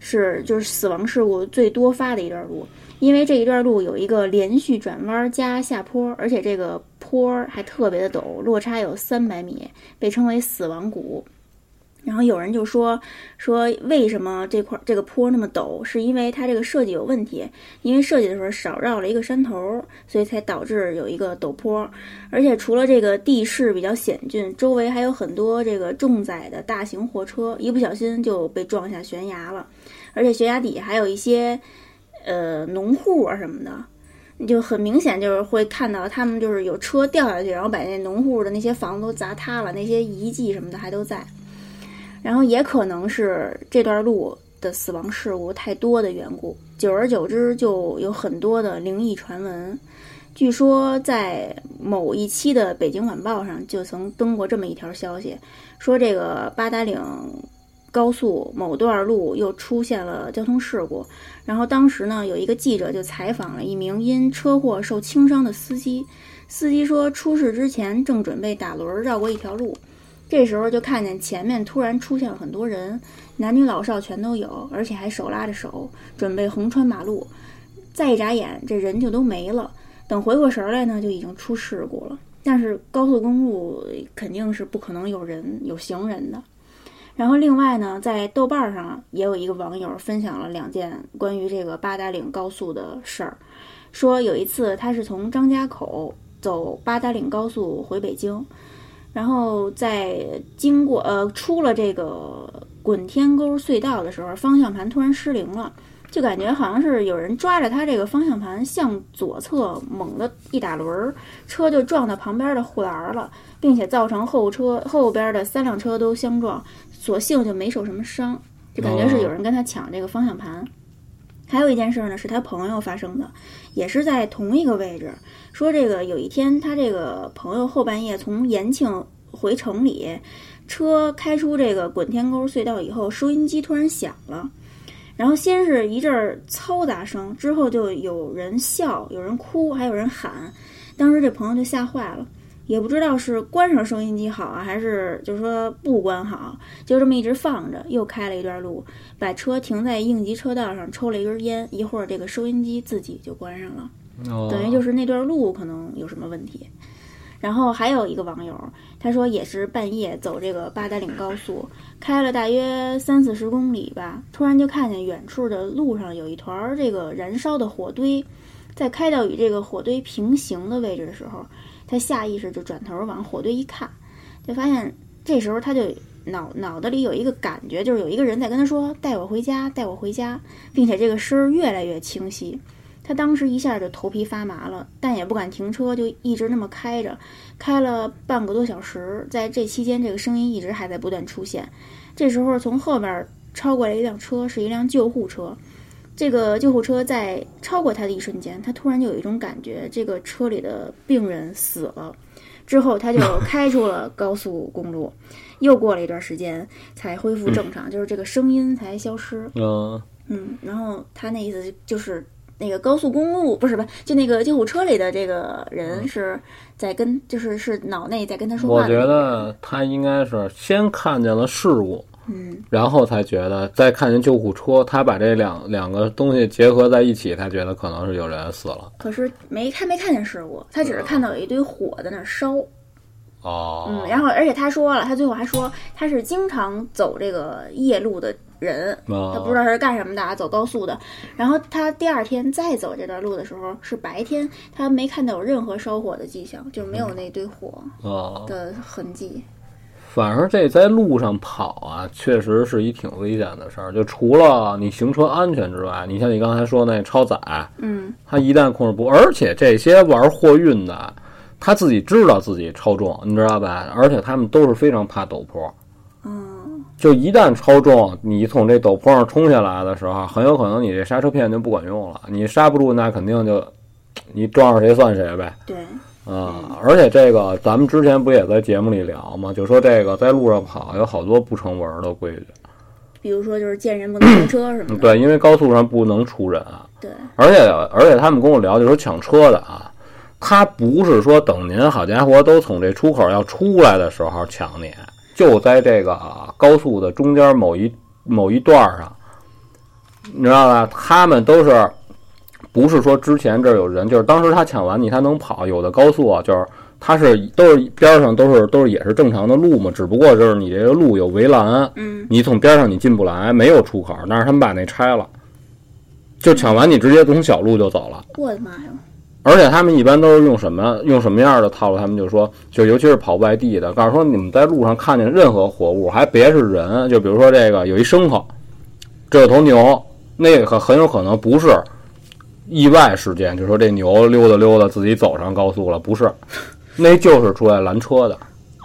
[SPEAKER 1] 是就是死亡事故最多发的一段路。因为这一段路有一个连续转弯加下坡，而且这个坡儿还特别的陡，落差有三百米，被称为死亡谷。然后有人就说说为什么这块这个坡那么陡，是因为它这个设计有问题，因为设计的时候少绕了一个山头，所以才导致有一个陡坡。而且除了这个地势比较险峻，周围还有很多这个重载的大型货车，一不小心就被撞下悬崖了。而且悬崖底还有一些呃农户啊什么的，你就很明显就是会看到他们就是有车掉下去，然后把那农户的那些房子都砸塌了，那些遗迹什么的还都在。然后也可能是这段路的死亡事故太多的缘故，久而久之就有很多的灵异传闻。据说在某一期的《北京晚报》上就曾登过这么一条消息，说这个八达岭高速某段路又出现了交通事故，然后当时呢，有一个记者就采访了一名因车祸受轻伤的司机。司机说，出事之前正准备打轮儿绕过一条路，这时候就看见前面突然出现了很多人，男女老少全都有，而且还手拉着手准备横穿马路。再一眨眼，这人就都没了。等回过神儿来呢，就已经出事故了。但是高速公路肯定是不可能有人有行人的。然后另外呢，在豆瓣儿上也有一个网友分享了两件关于这个八达岭高速的事儿，说有一次他是从张家口走八达岭高速回北京，然后在经过呃出了这个滚天沟隧道的时候，方向盘突然失灵了。就感觉好像是有人抓着他这个方向盘向左侧猛地一打轮儿，车就撞到旁边的护栏儿了，并且造成后车后边的三辆车都相撞，所幸就没受什么伤，就感觉是有人跟他抢这个方向盘。还有一件事呢，是他朋友发生的，也是在同一个位置。说这个有一天，他这个朋友后半夜从延庆回城里，车开出这个滚天沟隧道以后，收音机突然响了，然后先是一阵儿嘈杂声，之后就有人笑，有人哭，还有人喊。当时这朋友就吓坏了，也不知道是关上收音机好啊，还是就是说不关好，就这么一直放着。又开了一段路，把车停在应急车道上，抽了一根烟。一会儿这个收音机自己就关上了，
[SPEAKER 2] 哦
[SPEAKER 1] 嗯等于就是那段路可能有什么问题。然后还有一个网友，他说也是半夜走这个八达岭高速，开了大约三四十公里吧，突然就看见远处的路上有一团儿这个燃烧的火堆，在开到与这个火堆平行的位置的时候，他下意识就转头往火堆一看，就发现这时候他就脑脑子里有一个感觉，就是有一个人在跟他说“带我回家，带我回家”，并且这个声儿越来越清晰。他当时一下就头皮发麻了，但也不敢停车，就一直那么开着，开了半个多小时。在这期间，这个声音一直还在不断出现。这时候从后边超过来一辆车，是一辆救护车。这个救护车在超过他的一瞬间，他突然就有一种感觉，这个车里的病人死了。之后他就开出了高速公路，又过了一段时间才恢复正常，就是这个声音才消失。
[SPEAKER 2] 嗯，
[SPEAKER 1] 嗯，然后他那意思就是那个高速公路不是不是，就那个救护车里的这个人是在跟，就是是脑内在跟他说
[SPEAKER 2] 嗯我
[SPEAKER 1] 话的
[SPEAKER 2] 觉
[SPEAKER 1] 那个人。
[SPEAKER 2] 得他应该是先看见了事故，
[SPEAKER 1] 嗯，
[SPEAKER 2] 然后才觉得，再看见救护车，他把这两两个东西结合在一起，他觉得可能是有人死了。
[SPEAKER 1] 可是没看没看见事故，他只是看到有一堆火在那儿烧。
[SPEAKER 2] 哦，
[SPEAKER 1] 嗯，然后而且他说了，他最后还说他是经常走这个夜路的人，
[SPEAKER 2] 哦
[SPEAKER 1] 他不知道是干什么的，啊，走高速的。然后他第二天再走这段路的时候是白天，他没看到有任何烧火的迹象，就没
[SPEAKER 2] 嗯
[SPEAKER 1] 有那堆火
[SPEAKER 2] 哦，
[SPEAKER 1] 的痕迹。
[SPEAKER 2] 反正这在路上跑啊，确实是一挺危险的事儿。就除了你行车安全之外，你像你刚才说那超载，
[SPEAKER 1] 嗯，
[SPEAKER 2] 他一旦控制不，而且这些玩货运的，他自己知道自己超重，你知道吧？而且他们都是非常怕陡坡。
[SPEAKER 1] 嗯，
[SPEAKER 2] 就一旦超重，你从这陡坡上冲下来的时候，很有可能你这刹车片就不管用了，你刹不住，那肯定就你撞上谁算谁呗。
[SPEAKER 1] 对，
[SPEAKER 2] 啊、而且这个咱们之前不也在节目里聊吗？就说这个在路上跑有好多不成文的规矩，
[SPEAKER 1] 比如说就是见人不能停车什么的。
[SPEAKER 2] 对，因为高速上不能出人啊，
[SPEAKER 1] 对，
[SPEAKER 2] 而且而且他们跟我聊，就说抢车的啊，他不是说等您好家伙都从这出口要出来的时候抢你，就在这个啊高速的中间某一某一段上，你知道吧？他们都是不是说之前这儿有人，就是当时他抢完你，他能跑。有的高速啊，就是他是都是边上都是都是也是正常的路嘛，只不过就是你这个路有围栏，
[SPEAKER 1] 嗯，
[SPEAKER 2] 你从边上你进不来，没有出口，但是他们把那拆了，就抢完你直接从小路就走了。
[SPEAKER 1] 我的妈呀，
[SPEAKER 2] 而且他们一般都是用什么用什么样的套路？他们就说，就尤其是跑外地的，告诉说你们在路上看见任何活物，还别是人，就比如说这个有一牲口，这有头牛，那个很有可能不是意外事件，就说这牛溜达溜达自己走上高速了，不是，那就是出来拦车的。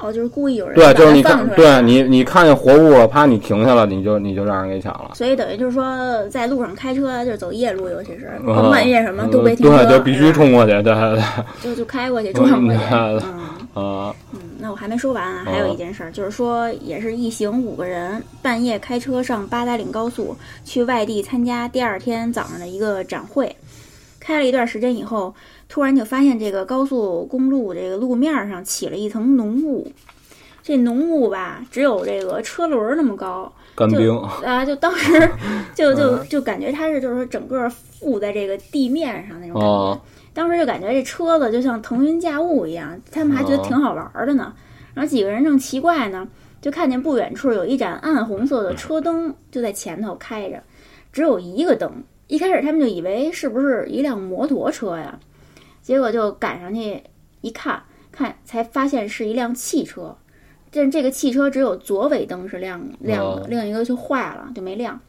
[SPEAKER 1] 哦，就是故意有人
[SPEAKER 2] 对，
[SPEAKER 1] 把
[SPEAKER 2] 就是
[SPEAKER 1] 它
[SPEAKER 2] 你
[SPEAKER 1] 放
[SPEAKER 2] 看
[SPEAKER 1] 出，来。
[SPEAKER 2] 对你你看见活物了，啪，你停下了，你就你就让人给抢了。
[SPEAKER 1] 所以等于就是说，在路上开车，就是走夜路，尤其是
[SPEAKER 2] 啊
[SPEAKER 1] 甭管遇见什么
[SPEAKER 2] 嗯
[SPEAKER 1] 都别停车，
[SPEAKER 2] 对，就必须
[SPEAKER 1] 是吧，
[SPEAKER 2] 冲过去，对对对，
[SPEAKER 1] 就就开过去，撞过去。
[SPEAKER 2] 嗯
[SPEAKER 1] 嗯，
[SPEAKER 2] 啊，
[SPEAKER 1] 嗯那我还没说完啊，还有一件事儿，就是说，也是一行五个人半夜开车上八达岭高速，去外地参加第二天早上的一个展会。开了一段时间以后，突然就发现这个高速公路这个路面儿上起了一层浓雾，这浓雾吧，只有这个车轮儿那么高，
[SPEAKER 2] 干
[SPEAKER 1] 就
[SPEAKER 2] 冰，
[SPEAKER 1] 啊，就当时 就就就感觉它是就是说整个附在这个地面上那种感觉。
[SPEAKER 2] 哦
[SPEAKER 1] 当时就感觉这车子就像腾云驾雾一样，他们还觉得挺好玩儿的呢。然后几个人正奇怪呢，就看见不远处有一盏暗红色的车灯就在前头开着，只有一个灯。一开始他们就以为是不是一辆摩托车呀，结果就赶上去一看，看才发现是一辆汽车。但这个汽车只有左尾灯是亮亮的，
[SPEAKER 2] 哦
[SPEAKER 1] 另一个就坏了，就没亮。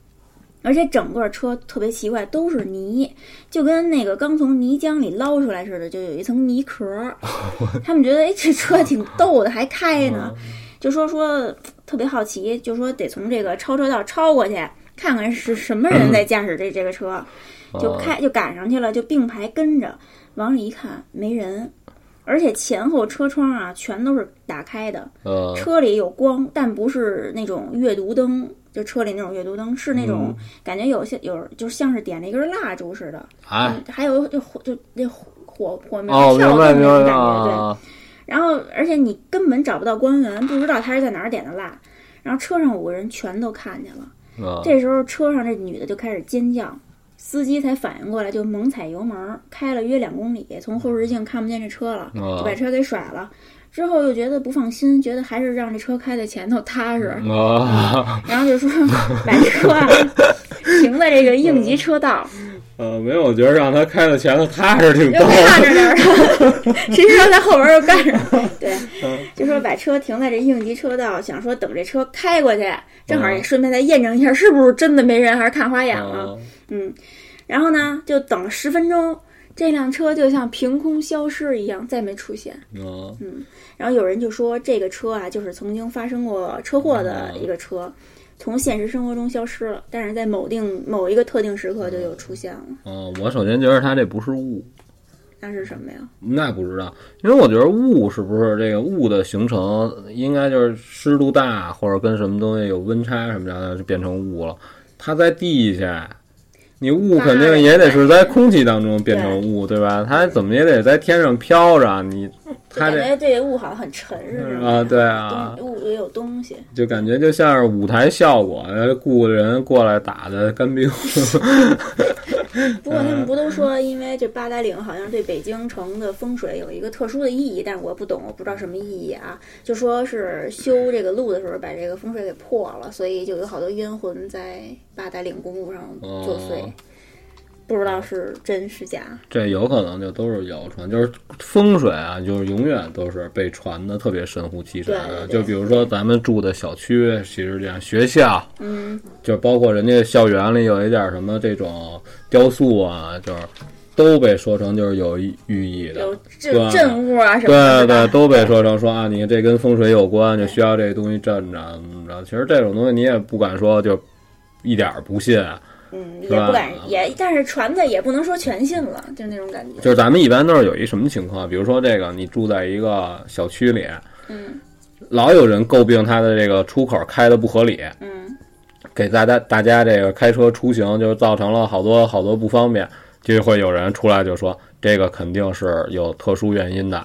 [SPEAKER 1] 而且整个车特别奇怪，都是泥，就跟那个刚从泥浆里捞出来似的，就有一层泥壳儿。他们觉得，哎，这车挺逗的，还开呢，就说说特别好奇，就说得从这个超车道超过去，看看是什么人在驾驶这这个车，就开就赶上去了，就并排跟着，往里一看没人，而且前后车窗啊全都是打开的，
[SPEAKER 2] 呃，
[SPEAKER 1] 车里有光，但不是那种阅读灯，就车里那种阅读灯，是那种
[SPEAKER 2] 嗯
[SPEAKER 1] 感觉有些有就像是点了一根蜡烛似的，
[SPEAKER 2] 哎，
[SPEAKER 1] 嗯还有就火就那火火火苗
[SPEAKER 2] 哦，
[SPEAKER 1] 跳
[SPEAKER 2] 明
[SPEAKER 1] 动
[SPEAKER 2] 白
[SPEAKER 1] 那
[SPEAKER 2] 明
[SPEAKER 1] 种
[SPEAKER 2] 白
[SPEAKER 1] 感觉，对。
[SPEAKER 2] 啊，
[SPEAKER 1] 然后而且你根本找不到官员，不知道他是在哪儿点的蜡。然后车上五个人全都看见了，
[SPEAKER 2] 啊
[SPEAKER 1] 这时候车上这女的就开始尖叫，司机才反应过来，就猛踩油门，开了约两公里，从后视镜看不见这车了，就把车给甩了。之后又觉得不放心，觉得还是让这车开在前头踏实，
[SPEAKER 2] 啊，
[SPEAKER 1] 然后就说把车啊停在这个应急车道，
[SPEAKER 2] 呃，没有，我觉得让他开到前头踏实挺
[SPEAKER 1] 又
[SPEAKER 2] 逗
[SPEAKER 1] 看
[SPEAKER 2] 的，
[SPEAKER 1] 着点儿， 谁知道在后边又干着？ 对，就说把车停在这应急车道，想说等这车开过去，正好也顺便再验证一下是不是真的没人，还是看花眼了。
[SPEAKER 2] 啊
[SPEAKER 1] 嗯，然后呢，就等十分钟，这辆车就像凭空消失一样，再没出现。
[SPEAKER 2] 嗯
[SPEAKER 1] 然后有人就说这个车啊，就是曾经发生过车祸的
[SPEAKER 2] 哦
[SPEAKER 1] 一个车，从现实生活中消失了，但是在某定某一个特定时刻
[SPEAKER 2] 嗯
[SPEAKER 1] 就又出现了。
[SPEAKER 2] 啊，我首先觉得他这不是雾，
[SPEAKER 1] 那是什么呀？
[SPEAKER 2] 那不知道，因为我觉得雾是不是这个雾的形成，应该就是湿度大或者跟什么东西有温差什么的，就变成雾了。它在地下，你雾肯定也得是在空气当中变成雾，对吧？它怎么也得在天上飘着，啊你
[SPEAKER 1] 就嗯
[SPEAKER 2] 它
[SPEAKER 1] 感
[SPEAKER 2] 这
[SPEAKER 1] 觉这个雾好像很沉似的。
[SPEAKER 2] 啊，对啊，
[SPEAKER 1] 东雾里有东西，
[SPEAKER 2] 就感觉就像是舞台效果，呃雇人过来打的干冰。
[SPEAKER 1] 不过他们不都说，因为这八达岭好像对北京城的风水有一个特殊的意义，但是我不懂，我不知道什么意义啊。就说是修这个路的时候把这个风水给破了，所以就有好多冤魂在八达岭公路上作祟
[SPEAKER 2] 哦，
[SPEAKER 1] 不知道是真是假。
[SPEAKER 2] 这有可能就都是谣传，就是风水啊，就是永远都是被传的特别神乎其神
[SPEAKER 1] 对
[SPEAKER 2] 的。
[SPEAKER 1] 对
[SPEAKER 2] 就比如说咱们住的小区，其实这样，学校
[SPEAKER 1] 嗯，
[SPEAKER 2] 就包括人家校园里有一点什么这种雕塑啊，就是都被说成就是有寓意的。
[SPEAKER 1] 有这
[SPEAKER 2] 对
[SPEAKER 1] 镇物啊什么的，是
[SPEAKER 2] 对
[SPEAKER 1] 吧
[SPEAKER 2] 对，都被说成说啊，你看这跟风水有关，就需要这东西镇着怎么着。其实这种东西你也不敢说就一点儿不信，啊
[SPEAKER 1] 嗯，也
[SPEAKER 2] 是吧
[SPEAKER 1] 不敢也，但是传的也不能说全信了，就是那种感觉。
[SPEAKER 2] 就是咱们一般都是有一什么情况，比如说这个你住在一个小区里，
[SPEAKER 1] 嗯
[SPEAKER 2] 老有人诟病它的这个出口开的不合理，
[SPEAKER 1] 嗯，
[SPEAKER 2] 给大家大家这个开车出行就造成了好多好多不方便，就会有人出来就说这个肯定是有特殊原 因的，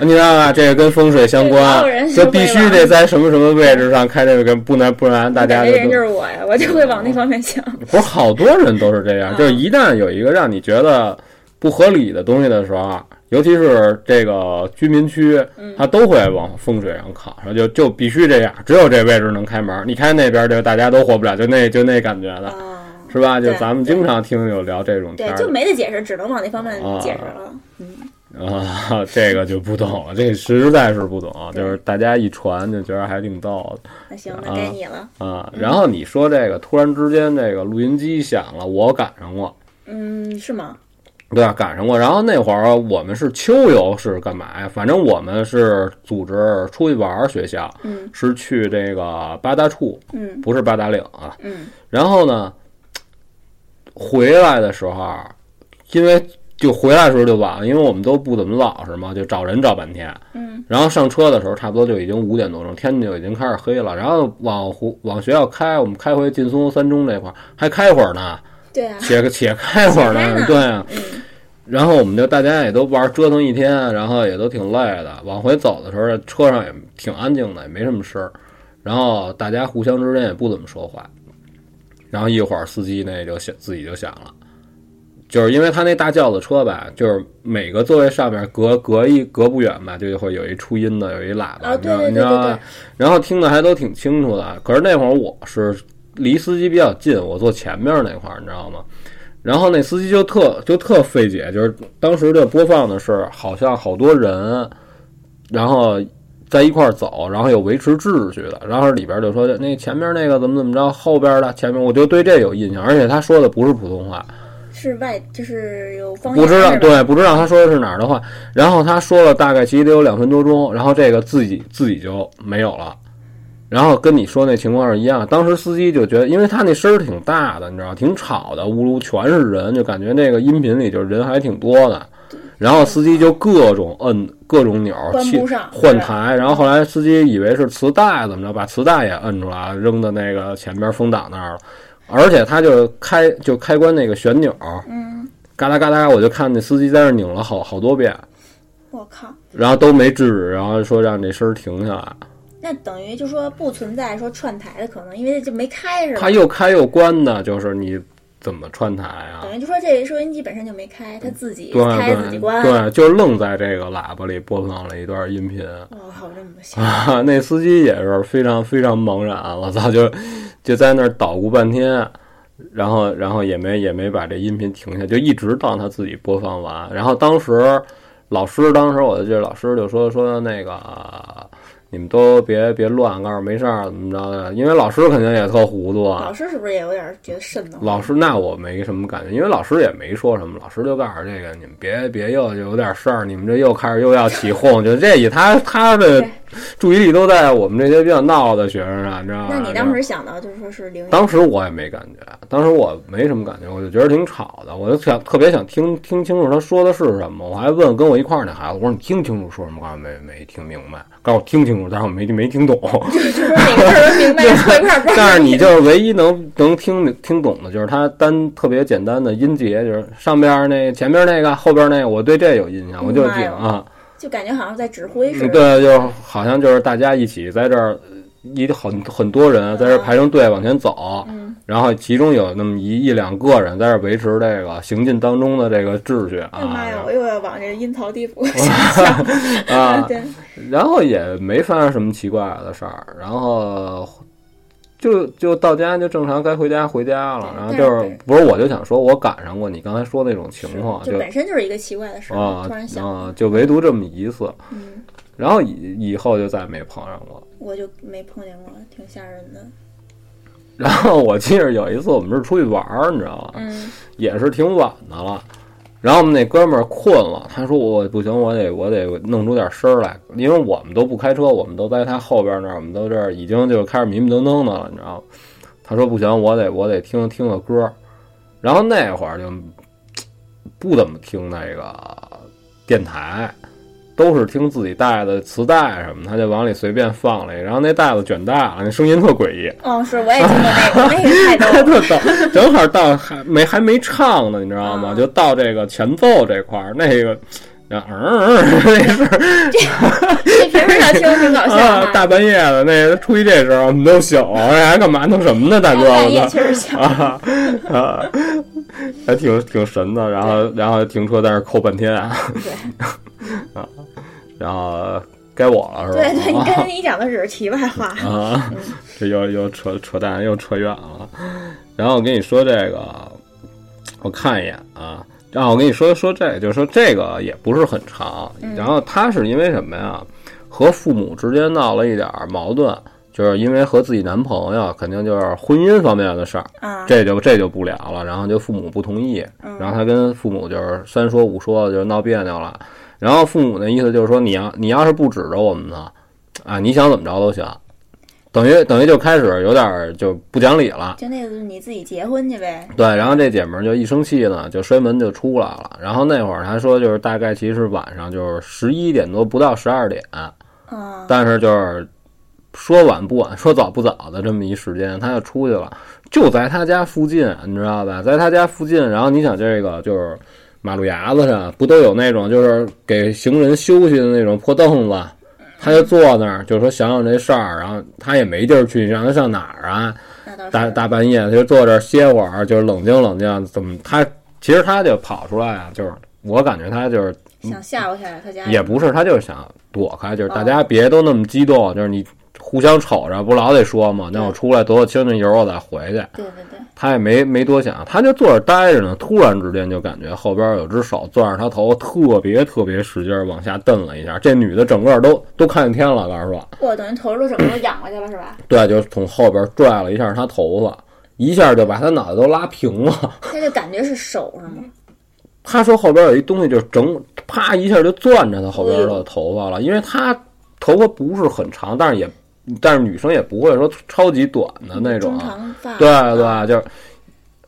[SPEAKER 2] 你知道吧？这个跟风水相
[SPEAKER 1] 对老
[SPEAKER 2] 关
[SPEAKER 1] 有人，
[SPEAKER 2] 就必须
[SPEAKER 1] 是会
[SPEAKER 2] 得在什么什么位置上开这个，不然不然大家
[SPEAKER 1] 感
[SPEAKER 2] 就
[SPEAKER 1] 觉人就是我呀，我就会往那方面想。
[SPEAKER 2] 不是好多人都是这样，
[SPEAKER 1] 嗯
[SPEAKER 2] 就是一旦有一个让你觉得不合理的东西的时候啊，尤其是这个居民区，
[SPEAKER 1] 嗯
[SPEAKER 2] 它都会往风水上靠，然后就就必须这样，只有这位置能开门，你开那边就大家都活不了，就那就那感觉的，
[SPEAKER 1] 啊。
[SPEAKER 2] 是吧？就
[SPEAKER 1] 对
[SPEAKER 2] 咱们经常听有聊这种
[SPEAKER 1] 对，
[SPEAKER 2] 天儿
[SPEAKER 1] 就
[SPEAKER 2] 的
[SPEAKER 1] 没得解释，只能往那方面解释了。
[SPEAKER 2] 啊，这个就不懂了，这实在是不懂，啊
[SPEAKER 1] 对
[SPEAKER 2] 就是大家一传就觉得还挺逗的。
[SPEAKER 1] 那行，那该你了。
[SPEAKER 2] 啊，然后你说这个突然之间这个录音机响了，我赶上过，
[SPEAKER 1] 嗯，是吗？
[SPEAKER 2] 对啊，赶上过。然后那会儿我们是秋游是干嘛呀？反正我们是组织出去玩儿，学校
[SPEAKER 1] 嗯
[SPEAKER 2] 是去这个八大处，
[SPEAKER 1] 嗯
[SPEAKER 2] 不是八达岭啊。
[SPEAKER 1] 嗯
[SPEAKER 2] 然后呢，回来的时候，因为就回来的时候就晚了，因为我们都不怎么老实嘛，就找人找半天。
[SPEAKER 1] 嗯
[SPEAKER 2] 然后上车的时候，差不多就已经五点多钟，天就已经开始黑了。然后往湖往学校开，我们开回劲松三中这块儿还开会儿呢，
[SPEAKER 1] 对啊，
[SPEAKER 2] 且且开会儿
[SPEAKER 1] 且开呢
[SPEAKER 2] 呢，对啊。
[SPEAKER 1] 嗯
[SPEAKER 2] 然后我们就大家也都玩折腾一天，啊然后也都挺累的。往回走的时候，车上也挺安静的，也没什么声儿。然后大家互相之间也不怎么说话。然后一会儿司机那就响自己就响了，就是因为他那大轿子车吧，就是每个座位上面隔隔一隔不远吧，就会有一出音的，有一喇叭，
[SPEAKER 1] 啊
[SPEAKER 2] 你知
[SPEAKER 1] 对对
[SPEAKER 2] 道
[SPEAKER 1] 对
[SPEAKER 2] 你知道
[SPEAKER 1] 对对
[SPEAKER 2] 吗？然后听的还都挺清楚的。可是那会儿我是离司机比较近，我坐前面那块儿，你知道吗？然后那司机就特就特费解，就是当时这播放的是好像好多人，然后在一块儿走，然后有维持秩序的，然后里边就说那前面那个怎么怎么着，后边的前面，我就对这有印象，而且他说的不是普通话，
[SPEAKER 1] 是外就是有方言
[SPEAKER 2] 不知道
[SPEAKER 1] 是吧，
[SPEAKER 2] 对，不知道他说的是哪儿的话，然后他说了大概其实得有两分多钟，然后这个自己自己就没有了，然后跟你说那情况是一样，当时司机就觉得，因为他那声儿挺大的，你知道，挺吵的，屋里全是人，就感觉那个音频里就是人还挺多的。然后司机就各种摁各种钮儿，
[SPEAKER 1] 关
[SPEAKER 2] 去
[SPEAKER 1] 不上
[SPEAKER 2] 换
[SPEAKER 1] 对
[SPEAKER 2] 台。然后后来司机以为是磁带怎么着，把磁带也摁出来了，扔到那个前边风挡那儿了。而且他就开就开关那个旋钮，
[SPEAKER 1] 嗯，
[SPEAKER 2] 嘎啦嘎啦，我就看那司机在那儿拧了好好多遍，
[SPEAKER 1] 我靠，
[SPEAKER 2] 然后都没制止，然后说让这声儿停下来。
[SPEAKER 1] 那等于就说不存在说串台的可能，因为就没开是吧
[SPEAKER 2] 它？又开又关的，就是你怎么串台啊？
[SPEAKER 1] 等于就说这收音机本身就没开，它自己
[SPEAKER 2] 对
[SPEAKER 1] 开自己
[SPEAKER 2] 对
[SPEAKER 1] 关。
[SPEAKER 2] 对，就愣在这个喇叭里播放了一段音频。
[SPEAKER 1] 我靠，这么吓人！
[SPEAKER 2] 啊， 那司机也是非常非常茫然，啊我操，就就在那儿捣鼓半天，然后然后也没也没把这音频停下，就一直到他自己播放完。然后当时老师，当时我的这老师就说说那个。你们都别别乱，告诉没事儿怎么着的，因为老师肯定也特糊涂啊。
[SPEAKER 1] 老师是不是也有点觉得瘆得慌？
[SPEAKER 2] 老师，那我没什么感觉，因为老师也没说什么，老师就告诉这个你们别别又有点事儿，你们这又开始又要起哄，就这一他他的
[SPEAKER 1] 对
[SPEAKER 2] 注意力都在我们这些比较闹的学生上，你知道吗？
[SPEAKER 1] 那你当时想到就是说是零，
[SPEAKER 2] 当时我也没感觉，当时我没什么感觉，我就觉得挺吵的，我就想特别想听听清楚他说的是什么，我还问跟我一块儿那孩子，我说你听清楚说什么？告诉我没没听明白，告诉我听清楚，但是我没没听懂。
[SPEAKER 1] 就是说哪个人明白坐一块儿关。
[SPEAKER 2] 但是你就是唯一能能听听懂的，就是它单特别简单的音节，就是上边儿那前边儿那个，后边儿那个，我对这有印象，我就
[SPEAKER 1] 明白
[SPEAKER 2] 挺
[SPEAKER 1] 了
[SPEAKER 2] 啊，
[SPEAKER 1] 就感觉好像在指挥似
[SPEAKER 2] 嗯
[SPEAKER 1] 的。
[SPEAKER 2] 对，就是好像就是大家一起在这儿，一很很多人在这儿排成队往前走，
[SPEAKER 1] 嗯，
[SPEAKER 2] 然后其中有那么一一两个人在这儿维持这个行进当中的这个秩序
[SPEAKER 1] 哎呀妈呀，
[SPEAKER 2] 啊
[SPEAKER 1] 我又要往这个阴曹地府想
[SPEAKER 2] 啊
[SPEAKER 1] 象。，对，
[SPEAKER 2] 然后也没发生什么奇怪的事儿，然后就就到家就正常该回家回家了
[SPEAKER 1] 对，
[SPEAKER 2] 然后就是
[SPEAKER 1] 但
[SPEAKER 2] 不是我就想说，我赶上过你刚才说那种情况，
[SPEAKER 1] 是就本身就是一个奇怪的事儿，
[SPEAKER 2] 啊
[SPEAKER 1] 突然想，
[SPEAKER 2] 啊，就唯独这么一次，
[SPEAKER 1] 嗯，
[SPEAKER 2] 然后以以后就再没碰上过。
[SPEAKER 1] 我就没碰见过，挺吓人的。
[SPEAKER 2] 然后我记着有一次我们是出去玩儿，你知道吧，
[SPEAKER 1] 嗯，
[SPEAKER 2] 也是挺晚的了。然后我们那哥们儿困了，他说我不行，我得我得弄出点声儿来，因为我们都不开车，我们都在他后边那儿，我们都这儿已经就开始迷迷瞪瞪的了，你知道吗？他说不行，我得我得听听个歌儿。然后那会儿就不怎么听那个电台，都是听自己带的磁带什么，他就往里随便放了一个，然后那袋子卷大了，那声音特诡异。
[SPEAKER 1] 哦，是，我也听过那个，那个太 逗了。
[SPEAKER 2] 特逗， 正好到还没还没唱呢，你知道吗？
[SPEAKER 1] 啊
[SPEAKER 2] 就到这个前奏这块儿，那个，然后嗯，嗯嗯那是
[SPEAKER 1] 这平时要听挺搞笑
[SPEAKER 2] 啊，
[SPEAKER 1] 的，
[SPEAKER 2] 大半夜的，那个出去这时候我们都醒了，还干嘛弄什么呢，大
[SPEAKER 1] 大
[SPEAKER 2] 哥？我
[SPEAKER 1] 半夜
[SPEAKER 2] 操！
[SPEAKER 1] 确实想。
[SPEAKER 2] 啊啊，还挺挺神的。然后然后停车在那儿扣半天啊，
[SPEAKER 1] 对
[SPEAKER 2] 啊，然后该我了是吧？
[SPEAKER 1] 对对，你刚才你讲的只是题外话。
[SPEAKER 2] 啊， 这又又扯扯淡，又扯远了。然后我跟你说这个，我看一眼啊。然后我跟你说说这个，就是说这个也不是很长。然后他是因为什么呀？和父母之间闹了一点儿矛盾，就是因为和自己男朋友，肯定就是婚姻方面的事儿，
[SPEAKER 1] 啊，
[SPEAKER 2] 这就这就不聊了。然后就父母不同意，
[SPEAKER 1] 嗯
[SPEAKER 2] 然后他跟父母就是三说五说的，就闹别扭了。然后父母的意思就是说，你要你要是不指着我们呢，啊，你想怎么着都行，等于等于就开始有点儿就不讲理了。
[SPEAKER 1] 就那个就是你自己结婚去呗。
[SPEAKER 2] 对，然后这姐们儿就一生气呢，就摔门就出来了。然后那会儿她说，就是大概其实是晚上就是十一点多，不到十二点，
[SPEAKER 1] 啊，
[SPEAKER 2] 但是就是说晚不晚，说早不早的这么一时间，他就出去了，就在他家附近，你知道吧？在他家附近，然后你想这个就是马路牙子上不都有那种就是给行人休息的那种破凳子，他就坐那儿，就说想想这事儿，然后他也没地儿去，让他上哪儿啊？
[SPEAKER 1] 那倒是。
[SPEAKER 2] 大大半夜他就坐这儿歇会儿，就是冷静冷静，怎么他其实他就跑出来啊，就是我感觉他就是
[SPEAKER 1] 想吓唬吓唬他家
[SPEAKER 2] 嗯也不是，他就是想躲开，就是大家别都那么激动，就是你互相瞅着，不老得说嘛。那我出来躲躲清清油，我再回去。
[SPEAKER 1] 对对对，
[SPEAKER 2] 他也没没多想，他就坐着待着呢。突然之间就感觉后边有只手攥着他头，特别特别使劲儿往下蹬了一下。这女的整个都都看见天了，告诉我，
[SPEAKER 1] 我等于头都整个都仰过去了是吧？
[SPEAKER 2] 对，就从后边拽了一下他头发，一下就把他脑袋都拉平了。
[SPEAKER 1] 他就感觉是手是吗？
[SPEAKER 2] 他说后边有一东西，就是整
[SPEAKER 1] 嗯
[SPEAKER 2] 啪一下就攥着他后边的头发了，因为他头发不是很长，但是也但是女生也不会说超级短的那种
[SPEAKER 1] 嗯中，长发，
[SPEAKER 2] 对
[SPEAKER 1] 啊
[SPEAKER 2] 对，就是，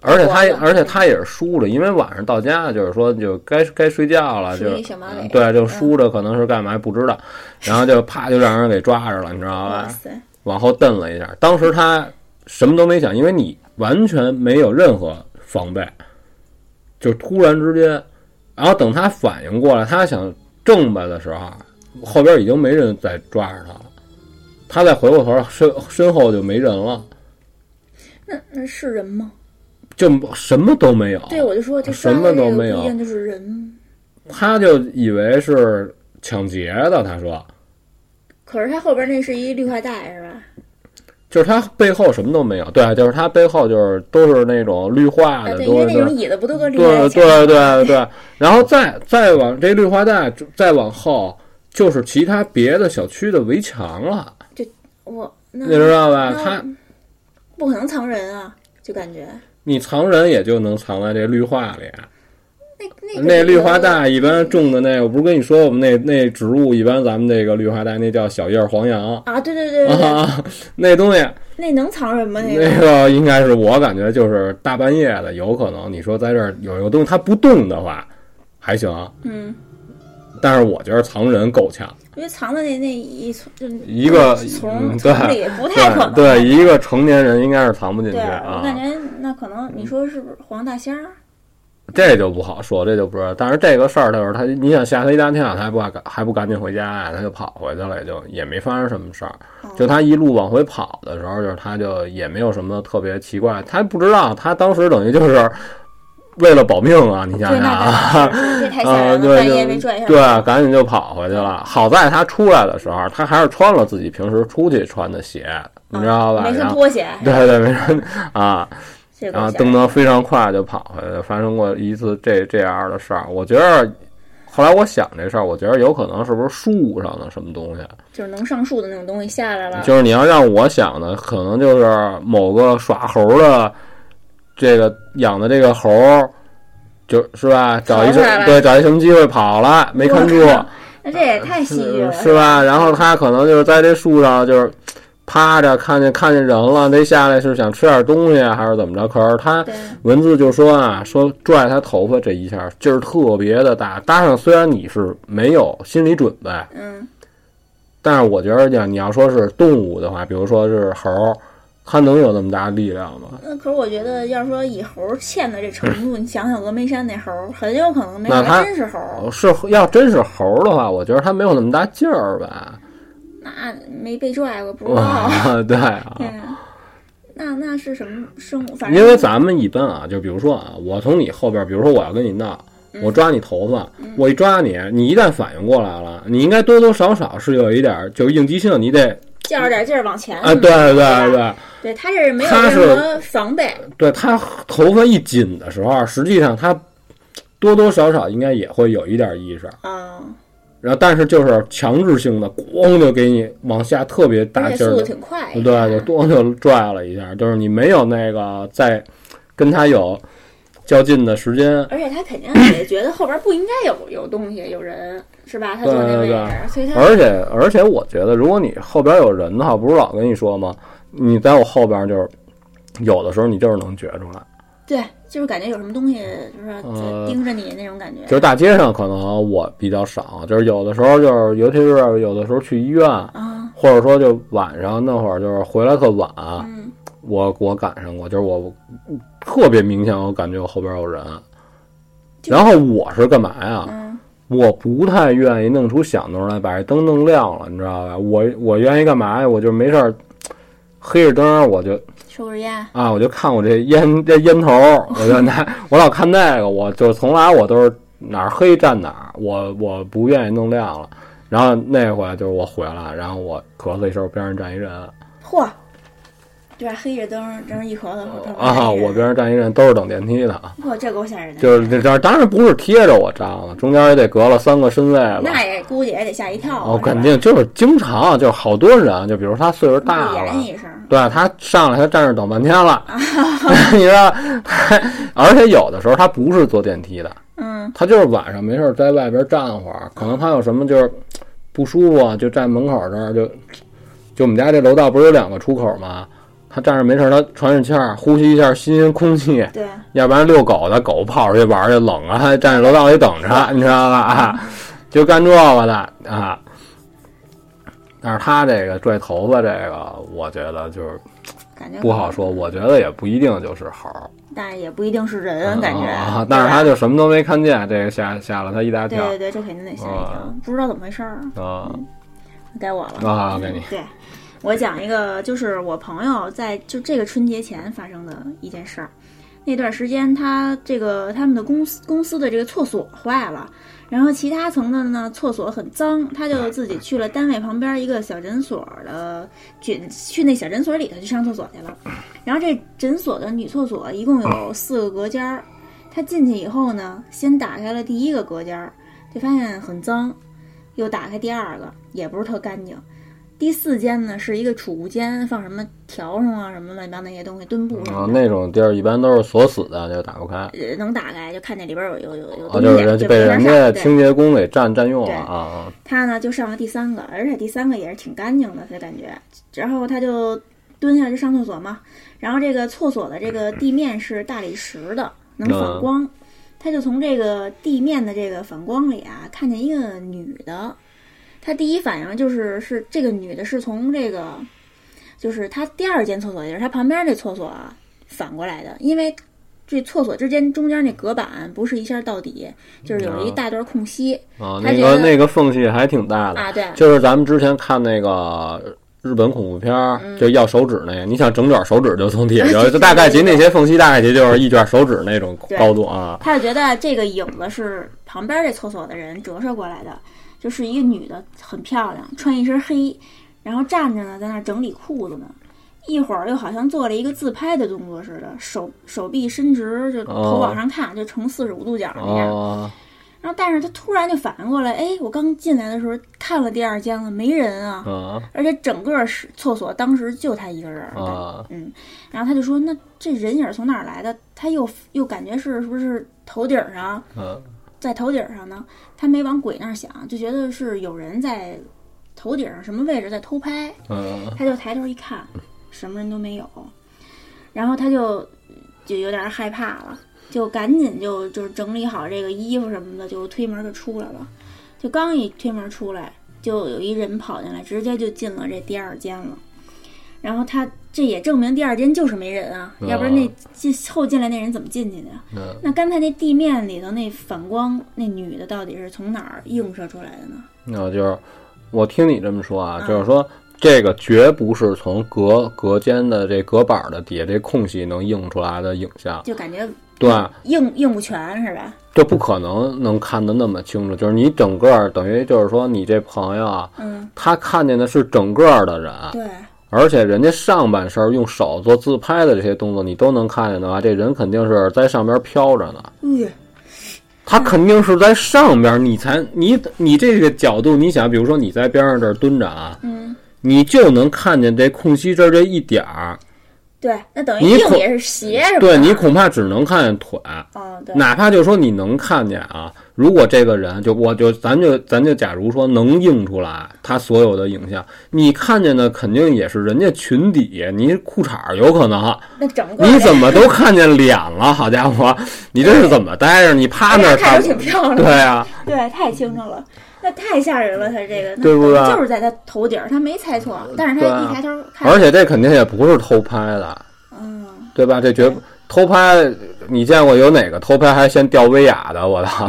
[SPEAKER 2] 而且她也
[SPEAKER 1] 短的
[SPEAKER 2] 而且她也是梳着，因为晚上到家就是说就该该睡觉了，就
[SPEAKER 1] 梳一小马尾嗯
[SPEAKER 2] 对，就梳着可能是干嘛不知道，然后就啪就让人给抓着了，你知道
[SPEAKER 1] 哇
[SPEAKER 2] 吧？
[SPEAKER 1] 塞，
[SPEAKER 2] 往后蹬了一下，当时她什么都没想，因为你完全没有任何防备，就突然之间，然后等她反应过来，她想正吧的时候，啊后边已经没人再抓着她了，她再回过头，身身后就没人了。
[SPEAKER 1] 那那是人吗？
[SPEAKER 2] 就什么都没有，
[SPEAKER 1] 对，我就说这
[SPEAKER 2] 什么都没有
[SPEAKER 1] 抓这个不一样就是人。
[SPEAKER 2] 他就以为是抢劫的。他说，
[SPEAKER 1] 可是他后边那是一绿化带是吧？
[SPEAKER 2] 就是他背后什么都没有，对，啊就是他背后就是都是那种绿化
[SPEAKER 1] 啊，
[SPEAKER 2] 的，
[SPEAKER 1] 对，因
[SPEAKER 2] 都
[SPEAKER 1] 为
[SPEAKER 2] 是
[SPEAKER 1] 那种椅子不都跟绿化带
[SPEAKER 2] 对
[SPEAKER 1] 前面
[SPEAKER 2] 对对对，然后再再往这绿化带再往后。就是其他别的小区的围墙了，
[SPEAKER 1] 我
[SPEAKER 2] 你
[SPEAKER 1] 那
[SPEAKER 2] 知道吧？
[SPEAKER 1] 那
[SPEAKER 2] 他
[SPEAKER 1] 不可能藏人啊，就感觉
[SPEAKER 2] 你藏人也就能藏在这绿化里，
[SPEAKER 1] 那那个
[SPEAKER 2] 那绿化带一般种的那，我不是跟你说我们那那植物一般咱们这个绿化带那叫小叶儿黄杨
[SPEAKER 1] 啊，对对对对对，
[SPEAKER 2] 啊，那东西
[SPEAKER 1] 那能藏人吗？那个
[SPEAKER 2] 那个应该是我感觉就是大半夜的，有可能你说在这儿有一个东西它不动的话，还行。
[SPEAKER 1] 嗯，
[SPEAKER 2] 但是我觉得藏人够呛，
[SPEAKER 1] 因为藏在那那一丛就
[SPEAKER 2] 一个
[SPEAKER 1] 丛
[SPEAKER 2] 嗯
[SPEAKER 1] 丛
[SPEAKER 2] 对
[SPEAKER 1] 里不太可
[SPEAKER 2] 对
[SPEAKER 1] 能。
[SPEAKER 2] 对，一个成年人应该是藏不进去
[SPEAKER 1] 对，我
[SPEAKER 2] 啊
[SPEAKER 1] 感，觉那可能你说是不是黄大仙儿？
[SPEAKER 2] 这就不好说，这就不知道。但是这个事儿就是他，你想吓他一大跳，他还不赶还不赶紧回家呀、他就跑回去了，也就也没发生什么事儿。
[SPEAKER 1] 哦
[SPEAKER 2] 就他一路往回跑的时候，就是他就也没有什么特别奇怪，他不知道他当时等于就是为了保命啊，你想
[SPEAKER 1] 对，
[SPEAKER 2] 想
[SPEAKER 1] 那
[SPEAKER 2] 啊。
[SPEAKER 1] 当然 是这太吓
[SPEAKER 2] 啊，
[SPEAKER 1] 人了，
[SPEAKER 2] 对，
[SPEAKER 1] 半
[SPEAKER 2] 就
[SPEAKER 1] 夜没转一下。
[SPEAKER 2] 对，赶紧就跑回去了。好在他出来的时候，他还是穿了自己平时出去穿的鞋，你知道吧？
[SPEAKER 1] 啊哦没
[SPEAKER 2] 然
[SPEAKER 1] 穿
[SPEAKER 2] 后
[SPEAKER 1] 拖鞋，
[SPEAKER 2] 对对，没穿啊，
[SPEAKER 1] 这
[SPEAKER 2] 然后
[SPEAKER 1] 个
[SPEAKER 2] 蹬得非常快就跑回去了，发生过一次这这样的事儿。我觉得，后来我想这事儿，我觉得有可能是不是树上的什么东西，
[SPEAKER 1] 就是能上树的那种东西下来了，
[SPEAKER 2] 就是你要让我想的，可能就是某个耍猴的，这个养的这个猴儿，就是吧，找一
[SPEAKER 1] 逃出来
[SPEAKER 2] 个
[SPEAKER 1] 了
[SPEAKER 2] 对找一什么机会跑了，没看住，
[SPEAKER 1] 那这也太戏剧
[SPEAKER 2] 呃是
[SPEAKER 1] 了，
[SPEAKER 2] 是吧？然后他可能就是在这树上就是趴着，看见看见人了，这下来是想吃点东西啊还是怎么着？可是他
[SPEAKER 1] 对，
[SPEAKER 2] 文字就说啊，说拽他头发这一下劲儿特别的大，搭上虽然你是没有心理准备，
[SPEAKER 1] 嗯，
[SPEAKER 2] 但是我觉得讲你要说是动物的话，比如说是猴儿，它能有那么大力量吗？
[SPEAKER 1] 那可是我觉得，要说以猴儿欠的这程度，你想想峨眉山那猴儿，很有可能没
[SPEAKER 2] 那
[SPEAKER 1] 准
[SPEAKER 2] 他
[SPEAKER 1] 儿真是猴儿，
[SPEAKER 2] 哦是要真是猴儿的话，我觉得它没有那么大劲儿吧。
[SPEAKER 1] 那没被拽过，不知道。
[SPEAKER 2] 哇， 对啊
[SPEAKER 1] 对，，那那是什么生物？反正
[SPEAKER 2] 因为咱们一般啊，就比如说啊，我从你后边儿，比如说我要跟你闹，
[SPEAKER 1] 嗯
[SPEAKER 2] 我抓你头发，我一抓你，你一旦反应过来了，你应该多多少少是有一点儿就是应激性，你得
[SPEAKER 1] 较着点劲儿往前
[SPEAKER 2] 啊，对对
[SPEAKER 1] 吧
[SPEAKER 2] 对对，
[SPEAKER 1] 对，他这是没有
[SPEAKER 2] 他是
[SPEAKER 1] 任何防备，
[SPEAKER 2] 对他头发一紧的时候，啊实际上他多多少少应该也会有一点意识。
[SPEAKER 1] 啊，
[SPEAKER 2] 然后但是就是强制性的，咣就给你往下特别大
[SPEAKER 1] 而且
[SPEAKER 2] 劲
[SPEAKER 1] 速度
[SPEAKER 2] 儿
[SPEAKER 1] 哎
[SPEAKER 2] 的，
[SPEAKER 1] 挺快，
[SPEAKER 2] 对，就咣就拽了一下，就是你没有那个在跟他有较劲的时间，
[SPEAKER 1] 而且他肯定也觉得后边不应该有有东西有人，是吧？他坐那位
[SPEAKER 2] 对对
[SPEAKER 1] 置，所以他
[SPEAKER 2] 而且而且我觉得，如果你后边有人的话，不是老跟你说吗？你在我后边就是有的时候你就是能觉出来，
[SPEAKER 1] 对就是感觉有什么东西就是
[SPEAKER 2] 呃
[SPEAKER 1] 在盯着你那种感觉。
[SPEAKER 2] 就是大街上可能我比较少，就是有的时候就是尤其是有的时候去医院，
[SPEAKER 1] 啊，
[SPEAKER 2] 或者说就晚上那会儿就是回来特晚。
[SPEAKER 1] 嗯，
[SPEAKER 2] 我我赶上过，就是我特别明显，我感觉我后边有人。
[SPEAKER 1] 就
[SPEAKER 2] 然后我是干嘛呀？
[SPEAKER 1] 嗯，
[SPEAKER 2] 我不太愿意弄出响动来，把这灯弄亮了，你知道吧？我我愿意干嘛呀？我就没事儿，黑着灯，我就
[SPEAKER 1] 抽根烟，
[SPEAKER 2] 啊，我就看我这烟这烟头，我就拿，我老看那个，我就从来我都是哪儿黑站哪儿，我我不愿意弄亮了。然后那回就是我回来，然后我咳嗽一声，边上站一人。
[SPEAKER 1] 哦嚯，对吧？黑着灯，这么一咳嗽，后边儿
[SPEAKER 2] 啊，
[SPEAKER 1] 一人
[SPEAKER 2] 我边上站一人，都是等电梯的啊。
[SPEAKER 1] 嚯，这够吓人的，
[SPEAKER 2] 就是这这当然不是贴着我站了，中间也得隔了三个身位吧
[SPEAKER 1] 那。也估计也得吓一跳啊，是吧
[SPEAKER 2] 我哦肯定就是经常啊就是好多人，就比如他岁数大
[SPEAKER 1] 不
[SPEAKER 2] 了
[SPEAKER 1] 言，一声，
[SPEAKER 2] 对啊他上来他站着等半天了， 你知道，而且有的时候他不是坐电梯的，
[SPEAKER 1] 嗯，
[SPEAKER 2] 他就是晚上没事儿在外边站会儿，可能他有什么就是不舒服啊，就站门口这儿就就我们家这楼道不是有两个出口吗？他站着没事儿，他喘喘气儿，呼吸一下新鲜空气，
[SPEAKER 1] 对，
[SPEAKER 2] 要不然遛狗的狗跑出去玩儿去，冷啊，还站在楼道里等着，你知道吧？啊，
[SPEAKER 1] 嗯
[SPEAKER 2] 就干这个的啊。但是他这个拽头发这个，我觉得就是
[SPEAKER 1] 感觉
[SPEAKER 2] 不好，说，我觉得也不一定就是猴儿，
[SPEAKER 1] 但也不一定是人，感觉
[SPEAKER 2] 啊。但是他
[SPEAKER 1] 就
[SPEAKER 2] 就什么都没看见，这个吓吓了他一大
[SPEAKER 1] 对
[SPEAKER 2] 跳
[SPEAKER 1] 对对，这肯定得吓一跳
[SPEAKER 2] 嗯，
[SPEAKER 1] 不知道怎么回事儿，
[SPEAKER 2] 啊
[SPEAKER 1] 该我了。
[SPEAKER 2] 啊！给你，
[SPEAKER 1] 对，我讲一个，就是我朋友在就这个春节前发生的一件事儿。那段时间，他这个他们的公司公司的这个厕所坏了，然后其他层的呢厕所很脏，他就自己去了单位旁边一个小诊所的去去那小诊所里头去上厕所去了。然后这诊所的女厕所一共
[SPEAKER 2] 嗯
[SPEAKER 1] 有四个隔间儿，他进去以后呢，先打开了第一个隔间儿，就发现很脏，又打开第二个，也不是特干净。第四间呢是一个储物间，放什么笤帚啊、什么乱七八糟那些东西，墩布什么，
[SPEAKER 2] 啊
[SPEAKER 1] 的，
[SPEAKER 2] 那种地儿一般都是锁死的，就打不开。
[SPEAKER 1] 呃能打开就看见里边有有有有
[SPEAKER 2] 啊，
[SPEAKER 1] 东
[SPEAKER 2] 就是
[SPEAKER 1] 西，
[SPEAKER 2] 人
[SPEAKER 1] 就
[SPEAKER 2] 被
[SPEAKER 1] 没法
[SPEAKER 2] 人
[SPEAKER 1] 上
[SPEAKER 2] 家
[SPEAKER 1] 嗯对
[SPEAKER 2] 清洁工给占占用
[SPEAKER 1] 对
[SPEAKER 2] 了啊！
[SPEAKER 1] 他呢就上了第三个，而且第三个也是挺干净的，他感觉。然后他就蹲下去上厕所嘛，然后这个厕所的这个地面是大理石的，能反光。他就从这个地面的这个反光里啊，看见一个女的。他第一反应就是是这个女的是从这个，就是他第二间厕所，也是他旁边这厕所啊反过来的，因为这厕所之间中间那隔板不是一下到底，就是有一
[SPEAKER 2] 嗯
[SPEAKER 1] 大段空隙。
[SPEAKER 2] 啊，
[SPEAKER 1] 他
[SPEAKER 2] 那
[SPEAKER 1] 觉
[SPEAKER 2] 个
[SPEAKER 1] 得
[SPEAKER 2] 那个缝隙还挺大的
[SPEAKER 1] 啊对
[SPEAKER 2] 就是咱们之前看那个日本恐怖片儿，
[SPEAKER 1] 嗯
[SPEAKER 2] 就要手指那个，你想整卷手指就从底下流，就大概其那些缝隙大概其就是一卷手指那种
[SPEAKER 1] 对
[SPEAKER 2] 高度啊。
[SPEAKER 1] 他就觉得这个影子是旁边这厕所的人折射过来的，就是一个女的，很漂亮，穿一身黑，然后站着呢，在那儿整理裤子呢。一会儿又好像做了一个自拍的动作似的，手手臂伸直，就头往上看，就成四十五度角那样。
[SPEAKER 2] 啊，
[SPEAKER 1] 然后，但是他突然就反应过来，哎，我刚进来的时候看了第二间了，没人啊。
[SPEAKER 2] 啊
[SPEAKER 1] 而且整个是厕所当时就他一个人儿，
[SPEAKER 2] 啊
[SPEAKER 1] 嗯，然后他就说：“那这人影儿从哪儿来的？”他又又感觉是是不是头顶儿上，
[SPEAKER 2] 嗯
[SPEAKER 1] 在头顶儿上呢？他没往鬼那儿想，就觉得是有人在头顶上什么位置在偷拍，
[SPEAKER 2] 嗯
[SPEAKER 1] 他就抬头一看，什么人都没有，然后他就就有点害怕了，就赶紧就就是整理好这个衣服什么的，就推门就出来了。就刚一推门出来，就有一人跑进来，直接就进了这第二间了。然后他这也证明第二间就是没人啊，要不然那
[SPEAKER 2] 哦
[SPEAKER 1] 进后进来那人怎么进去的呀？
[SPEAKER 2] 嗯，
[SPEAKER 1] 那刚才那地面里头那反光，那女的到底是从哪儿映射出来的呢？
[SPEAKER 2] 那就是我听你这么说
[SPEAKER 1] 嗯
[SPEAKER 2] 啊，就是说。这个绝不是从隔隔间的这隔板的底下这空隙能映出来的影像，
[SPEAKER 1] 就感觉
[SPEAKER 2] 对，
[SPEAKER 1] 映映不全是吧？
[SPEAKER 2] 这不可能能看得那么清楚，就是你整个儿等于就是说你这朋友啊，
[SPEAKER 1] 嗯，
[SPEAKER 2] 他看见的是整个儿的人，
[SPEAKER 1] 对。
[SPEAKER 2] 而且人家上半身用手做自拍的这些动作你都能看见的话，这人肯定是在上边飘着呢，
[SPEAKER 1] 嗯，
[SPEAKER 2] 他肯定是在上边，你才你你这个角度，你想，比如说你在边上这儿蹲着啊，
[SPEAKER 1] 嗯，
[SPEAKER 2] 你就能看见这空隙这儿这一点儿，
[SPEAKER 1] 对，那等于
[SPEAKER 2] 你
[SPEAKER 1] 硬
[SPEAKER 2] 恐
[SPEAKER 1] 也是斜是吧？
[SPEAKER 2] 对你恐怕只能看见腿，
[SPEAKER 1] 哦，对，
[SPEAKER 2] 哪怕就说你能看见啊，如果这个人就我就咱就咱就假如说能映出来他所有的影像，你看见的肯定也是人家裙底，你裤衩儿有可能，
[SPEAKER 1] 那整个
[SPEAKER 2] 你怎么都看见脸了？ 好家伙，你这是怎么待着？你趴那
[SPEAKER 1] 哎呀
[SPEAKER 2] 儿
[SPEAKER 1] 看
[SPEAKER 2] 看
[SPEAKER 1] 着，挺漂亮
[SPEAKER 2] 对啊
[SPEAKER 1] 的，
[SPEAKER 2] 呀、
[SPEAKER 1] 对，太清楚了，那太吓人了，他这个，那
[SPEAKER 2] 对不对
[SPEAKER 1] 等于就是在他头顶儿，他没猜错，但是
[SPEAKER 2] 对
[SPEAKER 1] 他
[SPEAKER 2] 啊
[SPEAKER 1] 一抬头看，
[SPEAKER 2] 而且这肯定也不是偷拍的，
[SPEAKER 1] 嗯，
[SPEAKER 2] 对吧？这绝不偷拍，你见过有哪个偷拍还先吊威亚的？我操！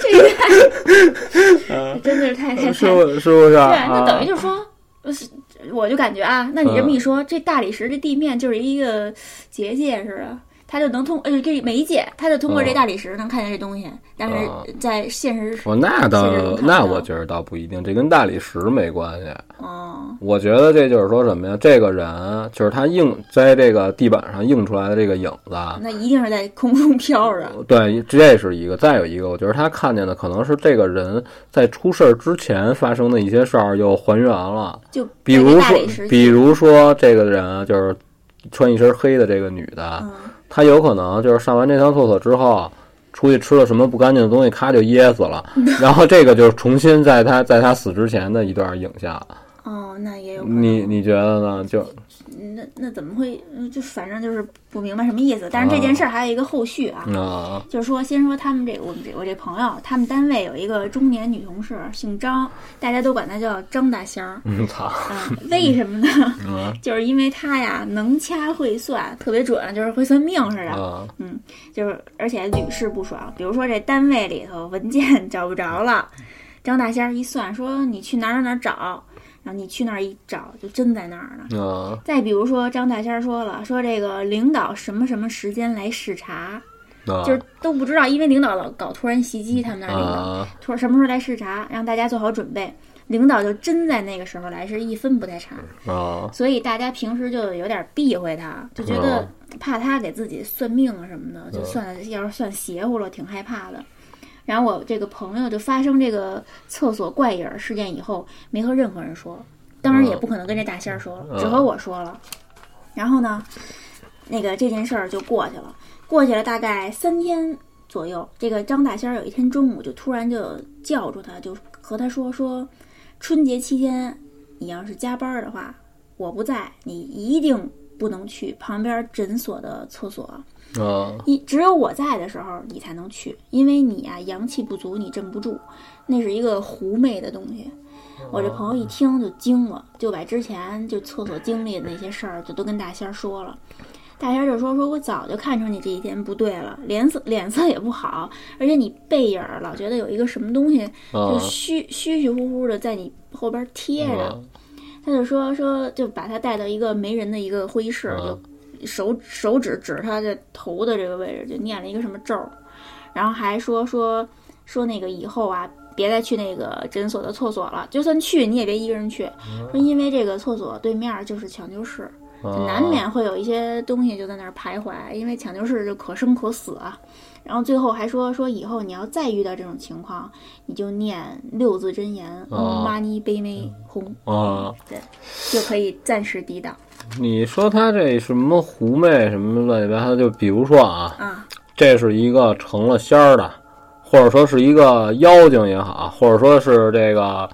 [SPEAKER 1] 这个太真的是太太
[SPEAKER 2] 是
[SPEAKER 1] 太，
[SPEAKER 2] 不是不是啊？嗯
[SPEAKER 1] 对，那等于就是说。呃是我就感觉啊，那你这么一说，这大理石这地面就是一个结界似的，它就能通，呃，这媒介，它就通过这
[SPEAKER 2] 嗯
[SPEAKER 1] 大理石能看见这东西，但是
[SPEAKER 2] 嗯
[SPEAKER 1] 在现实，
[SPEAKER 2] 我那倒
[SPEAKER 1] 其实能看，
[SPEAKER 2] 那
[SPEAKER 1] 到
[SPEAKER 2] 我觉得倒不一定，这跟大理石没关系。
[SPEAKER 1] 嗯，
[SPEAKER 2] 我觉得这就是说什么呀？这个人就是他映在这个地板上映出来的这个影子啊，哦
[SPEAKER 1] 那一定是在空中飘着，
[SPEAKER 2] 对，这是一个。再有一个，我觉得他看见的可能是这个人在出事儿之前发生的一些事儿又还原了，
[SPEAKER 1] 就
[SPEAKER 2] 比如
[SPEAKER 1] 大
[SPEAKER 2] 说
[SPEAKER 1] 理石，，
[SPEAKER 2] 比如说这个人啊就是穿一身黑的这个女的，
[SPEAKER 1] 嗯，
[SPEAKER 2] 她有可能就是上完这趟厕所之后。啊出去吃了什么不干净的东西，咔就噎 死了。然后这个就是重新在他在他死之前的一段影像，
[SPEAKER 1] 哦，那也有可能。
[SPEAKER 2] 你你觉得呢？就
[SPEAKER 1] 那那怎么会？嗯就反正就是不明白什么意思。但是这件事儿还有一个后续啊，
[SPEAKER 2] 啊
[SPEAKER 1] 就是说，先说他们这我们这我这朋友，他们单位有一个中年女同事，姓张，大家都管她叫张大仙儿。
[SPEAKER 2] 嗯，操，
[SPEAKER 1] 啊，为什么呢？
[SPEAKER 2] 嗯
[SPEAKER 1] 就是因为她呀能掐会算，特别准，就是会算命似的。
[SPEAKER 2] 啊
[SPEAKER 1] 就是而且屡试不爽。比如说这单位里头文件 找不着了，张大仙儿一算说你去哪儿哪儿找，然后你去那儿一找就真在那儿呢。
[SPEAKER 2] 啊
[SPEAKER 1] 再比如说张大仙儿说了，说这个领导什么什么时间来视察，
[SPEAKER 2] 啊
[SPEAKER 1] 就是都不知道，因为领导老搞突然袭击他们那儿领导，
[SPEAKER 2] 啊
[SPEAKER 1] 突然什么时候来视察，让大家做好准备。领导就真在那个时候来，是一分不带差，
[SPEAKER 2] 啊！
[SPEAKER 1] 所以大家平时就有点避讳他，就觉得怕他给自己算命啊什么的，就算要是算邪乎了，挺害怕的。然后我这个朋友就发生这个厕所怪影儿事件以后，没和任何人说，当然也不可能跟这大仙儿说了，只和我说了。然后呢，那个这件事儿就过去了，过去了大概三天左右，这个张大仙儿有一天中午就突然就叫住他，就和他说说，春节期间你要是加班儿的话，我不在，你一定不能去旁边诊所的厕所，
[SPEAKER 2] 啊
[SPEAKER 1] 一只有我在的时候你才能去，因为你啊阳气不足，你镇不住，那是一个狐媚的东西。我这朋友一听就惊了，就把之前就厕所经历的那些事儿就都跟大仙儿说了。大仙儿就说：“说我早就看出你这一天不对了，脸色脸色也不好，而且你背影儿老觉得有一个什么东西就啊
[SPEAKER 2] 啊！
[SPEAKER 1] 虚虚虚乎乎的在你后边贴着。
[SPEAKER 2] 哦
[SPEAKER 1] 他就说说就把他带到一个没人的一个会议室，
[SPEAKER 2] 啊
[SPEAKER 1] 就手手指指他的头的这个位置，就念了一个什么咒儿，然后还说说说那个以后啊，别再去那个诊所的厕所了，就算去你也别一个人去，说因为这个厕所对面就是抢救室，
[SPEAKER 2] 哦
[SPEAKER 1] 就难免会有一些东西就在那儿徘徊，因为抢救室就可生可死啊。然后最后还说说以后你要再遇到这种情况，你就念六字真言唵
[SPEAKER 2] 哦
[SPEAKER 1] 嘛呢呗咪吽
[SPEAKER 2] 啊！
[SPEAKER 1] 就可以暂时抵挡
[SPEAKER 2] 你说他这什么狐媚什么乱七八糟，就比如说啊，
[SPEAKER 1] 啊。
[SPEAKER 2] 这是一个成了仙儿的，或者说是一个妖精也好，或者说是这个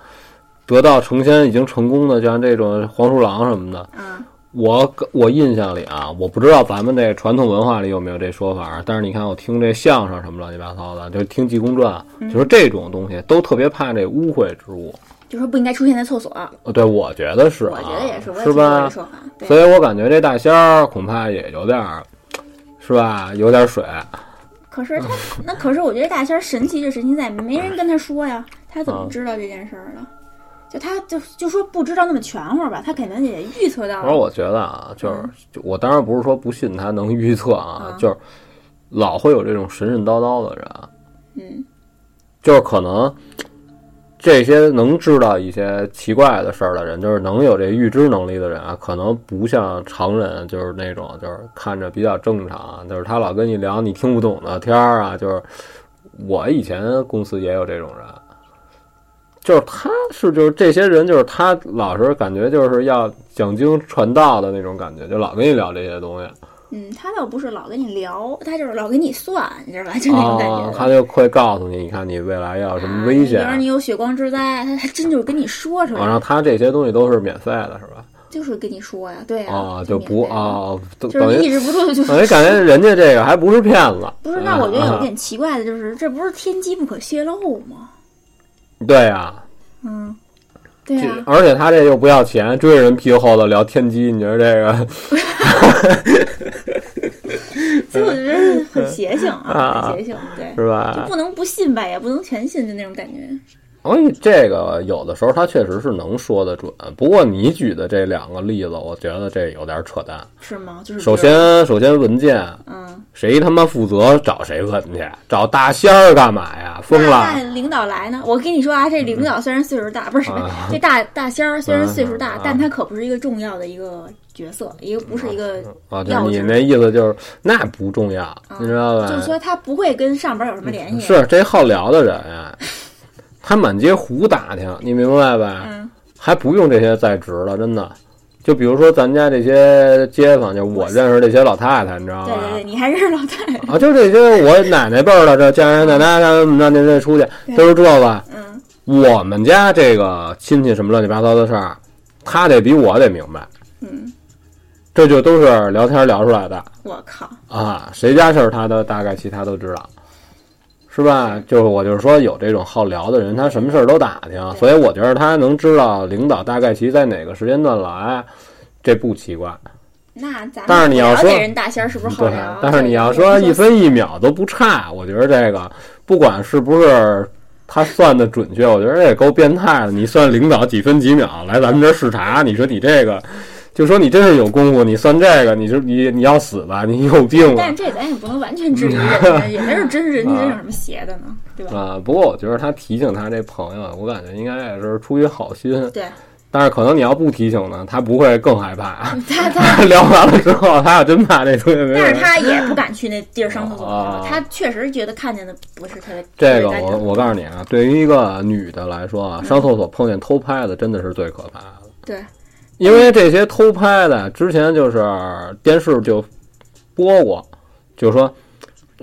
[SPEAKER 2] 得道成仙已经成功的，像这种黄鼠狼什么的。
[SPEAKER 1] 嗯
[SPEAKER 2] 我我印象里啊，我不知道咱们这传统文化里有没有这说法，但是你看我听这相声什么乱七八糟的，就听《济公传》，啊
[SPEAKER 1] 嗯
[SPEAKER 2] 就是这种东西都特别怕这污秽之物。
[SPEAKER 1] 就说不应该出现在厕所，
[SPEAKER 2] 呃对，我觉得是、啊，
[SPEAKER 1] 我觉得也是，我也听过
[SPEAKER 2] 是
[SPEAKER 1] 这
[SPEAKER 2] 吧？
[SPEAKER 1] 说法。啊
[SPEAKER 2] 所
[SPEAKER 1] 对，
[SPEAKER 2] 以我感觉这大仙儿恐怕也有点儿，是吧？有点水。
[SPEAKER 1] 嗯可是他那可是我觉得大仙儿神奇就神奇在没人跟他说呀，他
[SPEAKER 2] 啊
[SPEAKER 1] 怎么知道这件事儿的？就他就就说不知道那么全乎吧，他肯定也预测到
[SPEAKER 2] 反正
[SPEAKER 1] 了。
[SPEAKER 2] 我觉得啊，就是就我当然不是说不信他能预测啊，就是老会有这种神神叨叨的人，啊
[SPEAKER 1] 嗯，
[SPEAKER 2] 就是可能这些能知道一些奇怪的事儿的人，就是能有这预知能力的人啊，可能不像常人，就是那种就是看着比较正常啊，就是他老跟你聊你听不懂的天儿啊，就是我以前公司也有这种人。啊就是他是就是这些人就是他老是感觉就是要讲经传道的那种感觉，就老跟你聊这些东西，
[SPEAKER 1] 嗯，他倒不是老跟你聊，他就是老给你算，你知道吧？就那种感
[SPEAKER 2] 啊
[SPEAKER 1] 觉。
[SPEAKER 2] 他就会告诉你，你看你未来要有什么危险，
[SPEAKER 1] 比如你有血光之灾，他还真就是跟你说出
[SPEAKER 2] 啊，然
[SPEAKER 1] 来，
[SPEAKER 2] 后他这些东西都是免费的，是吧？
[SPEAKER 1] 就是跟你说呀，对呀，
[SPEAKER 2] 啊，就不
[SPEAKER 1] 免费的，
[SPEAKER 2] 啊，都
[SPEAKER 1] 就
[SPEAKER 2] 等
[SPEAKER 1] 是
[SPEAKER 2] 于
[SPEAKER 1] 抑制不住就
[SPEAKER 2] 等于感觉人家这个还不是骗子，
[SPEAKER 1] 不是，那我觉得有
[SPEAKER 2] 啊
[SPEAKER 1] 点奇怪的就是，这不是天机不可泄露吗？
[SPEAKER 2] 对呀，
[SPEAKER 1] 嗯，对
[SPEAKER 2] 这
[SPEAKER 1] 啊，
[SPEAKER 2] 而且他这又不要钱，追着人屁股后头聊天机，你觉得这个
[SPEAKER 1] 所以我觉得很邪性啊，
[SPEAKER 2] 嗯啊
[SPEAKER 1] 很邪性，对，
[SPEAKER 2] 是
[SPEAKER 1] 就
[SPEAKER 2] 吧？
[SPEAKER 1] 不能不信吧，也不能全信，就那种感觉。
[SPEAKER 2] 所以这个有的时候他确实是能说得准，不过你举的这两个例子，我觉得这有点扯淡。
[SPEAKER 1] 是吗？就是啊
[SPEAKER 2] 首，先，首先文件
[SPEAKER 1] 嗯，
[SPEAKER 2] 谁他妈负责找谁问去？找大仙儿干嘛呀？疯了！
[SPEAKER 1] 那那领导来呢？我跟你说啊，这领导虽然岁数大，不是
[SPEAKER 2] 啊
[SPEAKER 1] 这大大仙儿虽然岁数大
[SPEAKER 2] 嗯，
[SPEAKER 1] 但他可不是一个重要的一个角色，一个不是一个，
[SPEAKER 2] 啊，就
[SPEAKER 1] 要
[SPEAKER 2] 是你
[SPEAKER 1] 是
[SPEAKER 2] 那意思就是那不重要，你知道吧？
[SPEAKER 1] 就是说他不会跟上边有什么联系。
[SPEAKER 2] 嗯是这好聊的人啊，他满街胡打听，你明白吧？
[SPEAKER 1] 嗯
[SPEAKER 2] 还不用这些在职了，真的。就比如说咱家这些街坊，就我认识这些老太太，你知道
[SPEAKER 1] 对
[SPEAKER 2] 吧？
[SPEAKER 1] 对对，你还认识老太太，
[SPEAKER 2] 啊，就这些我奶奶辈儿的，这家人奶奶让让您这出去
[SPEAKER 1] 对
[SPEAKER 2] 都是这个。
[SPEAKER 1] 嗯，
[SPEAKER 2] 我们家这个亲戚什么乱七八糟的事儿，他得比我得明白。
[SPEAKER 1] 嗯，
[SPEAKER 2] 这就都是聊天聊出来的
[SPEAKER 1] 我靠，
[SPEAKER 2] 啊，谁家事儿他都大概其他都知道，是吧？就是我就是说有这种好聊的人，他什么事儿都打听，
[SPEAKER 1] 对
[SPEAKER 2] 所以我觉得他能知道领导大概其在哪个时间段来，这不奇怪。
[SPEAKER 1] 那咱们
[SPEAKER 2] 但是你要
[SPEAKER 1] 了
[SPEAKER 2] 说
[SPEAKER 1] 解人大仙儿是不是好
[SPEAKER 2] 对
[SPEAKER 1] 聊，？啊
[SPEAKER 2] 但是你要说一分一秒都不差，我觉得这个不管是不是他算的准确，我觉得这也够变态的。你算领导几分几秒来咱们这儿视察，你说你这个，就说你真是有功夫，你算这个，你就你你要死吧，你有病
[SPEAKER 1] 但
[SPEAKER 2] 吧
[SPEAKER 1] 是这咱也不能完全质疑人家，也没准真是人家真有什么邪的呢，对吧？
[SPEAKER 2] 啊！不过我觉得他提醒他这朋友，啊我感觉应该也是出于好心，
[SPEAKER 1] 对，
[SPEAKER 2] 但是可能你要不提醒呢，他不会更 害怕。
[SPEAKER 1] 他他，
[SPEAKER 2] 聊完了之后，他要真怕这东西没
[SPEAKER 1] 但
[SPEAKER 2] 有人
[SPEAKER 1] 是他也不敢去那地儿上厕所去了
[SPEAKER 2] 啊，
[SPEAKER 1] 他确实觉得看见的不是特别
[SPEAKER 2] 这
[SPEAKER 1] 特
[SPEAKER 2] 个
[SPEAKER 1] 别干
[SPEAKER 2] 我
[SPEAKER 1] 净
[SPEAKER 2] 我告诉你啊，对于一个女的来说啊，上厕所碰见偷拍的真的是最可怕的，
[SPEAKER 1] 对
[SPEAKER 2] 因为这些偷拍的之前就是电视就播过，就说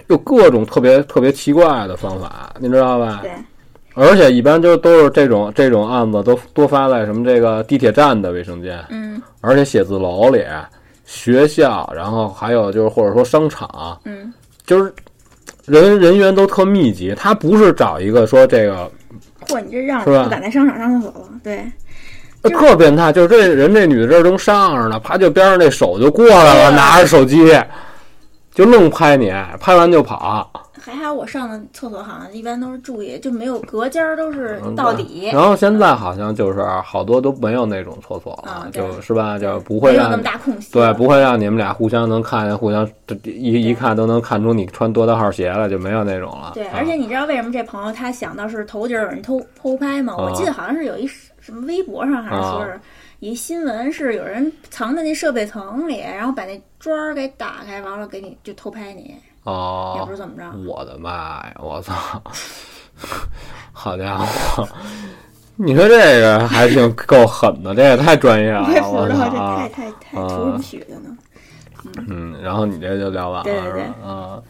[SPEAKER 2] 有各种特别特别奇怪的方法，你知道吧？
[SPEAKER 1] 对，
[SPEAKER 2] 而且一般就都是这种这种案子都多发在什么这个地铁站的卫生间，
[SPEAKER 1] 嗯
[SPEAKER 2] 而且写字楼里、学校，然后还有就是或者说商场，
[SPEAKER 1] 嗯，
[SPEAKER 2] 就是人人员都特密集，他不是找一个说这个
[SPEAKER 1] 嚯，你这让
[SPEAKER 2] 是吧
[SPEAKER 1] 我不敢在商场上厕所了，对。
[SPEAKER 2] 呃
[SPEAKER 1] 就是
[SPEAKER 2] 特变态，就是这人这女的这儿正上着呢，啪就边上那手就过来了，
[SPEAKER 1] 对
[SPEAKER 2] 拿着手机就愣拍你，拍完就跑，
[SPEAKER 1] 还好我上的厕所好像一般都是注意，就没有隔间儿，都是到底，
[SPEAKER 2] 嗯然后现在好像就是好多都没有那种厕所了，
[SPEAKER 1] 啊对
[SPEAKER 2] 就是吧，就不会
[SPEAKER 1] 没有那
[SPEAKER 2] 让
[SPEAKER 1] 么大空隙。
[SPEAKER 2] 对不会让你们俩互相能看见，互相一一看都能看出你穿多大号鞋了，就没有那种了。
[SPEAKER 1] 对，
[SPEAKER 2] 啊
[SPEAKER 1] 而且你知道为什么这朋友他想到是头几儿有人偷偷拍吗？
[SPEAKER 2] 啊
[SPEAKER 1] 我记得好像是有一什么微博上还是说是一新闻是有人藏在那设备层里，然后把那砖儿给打开，完了给你就偷拍你，
[SPEAKER 2] 哦，
[SPEAKER 1] 也不知怎么着。
[SPEAKER 2] 我的妈呀！我操！ 好家伙！你说这个还挺够狠的，这也太专业了
[SPEAKER 1] 我也，不
[SPEAKER 2] 我
[SPEAKER 1] 知
[SPEAKER 2] 操
[SPEAKER 1] 道这
[SPEAKER 2] 啊
[SPEAKER 1] 太！太太图什么许的呢？
[SPEAKER 2] 嗯，然后你这就聊完了
[SPEAKER 1] 对对对
[SPEAKER 2] 是吧？啊，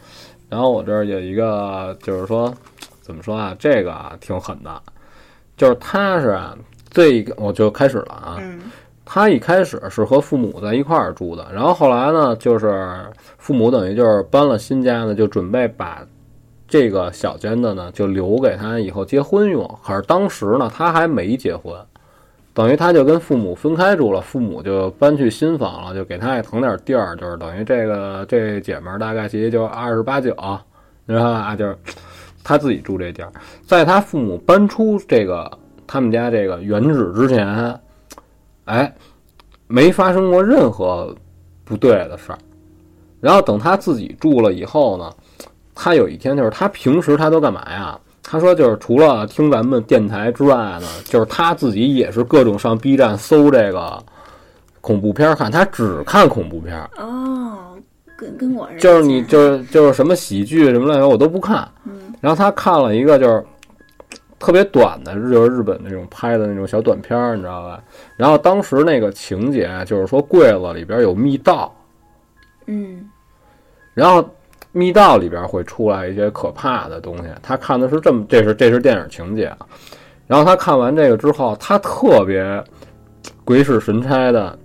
[SPEAKER 2] 然后我这儿有一个，就是说怎么说啊，这个啊挺狠的，就是他是啊最我就开始了啊，
[SPEAKER 1] 嗯
[SPEAKER 2] 他一开始是和父母在一块儿住的，然后后来呢，就是父母等于就是搬了新家呢，就准备把这个小间的呢就留给他以后结婚用。可是当时呢，他还没结婚，等于他就跟父母分开住了，父母就搬去新房了，就给他也腾点地儿，就是等于这个这姐们儿大概其实就二十八九，你知道吧？啊就是他自己住这地儿，在他父母搬出这个他们家这个原址之前。哎，没发生过任何不对的事儿。然后等他自己住了以后呢，他有一天就是他平时他都干嘛呀？他说就是除了听咱们电台之外呢，就是他自己也是各种上 B 站搜这个恐怖片儿看，他只看恐怖片儿，
[SPEAKER 1] 哦，跟跟我似的，
[SPEAKER 2] 就是你就是就是什么喜剧什么乱七八糟我都不看。
[SPEAKER 1] 嗯
[SPEAKER 2] 然后他看了一个就是特别短的，就是日本那种拍的那种小短片儿，你知道吧？然后当时那个情节啊就是说柜子里边有密道，
[SPEAKER 1] 嗯
[SPEAKER 2] 然后密道里边会出来一些可怕的东西。他看的是这么，这是这是电影情节啊。然后他看完这个之后，他特别鬼使神差的，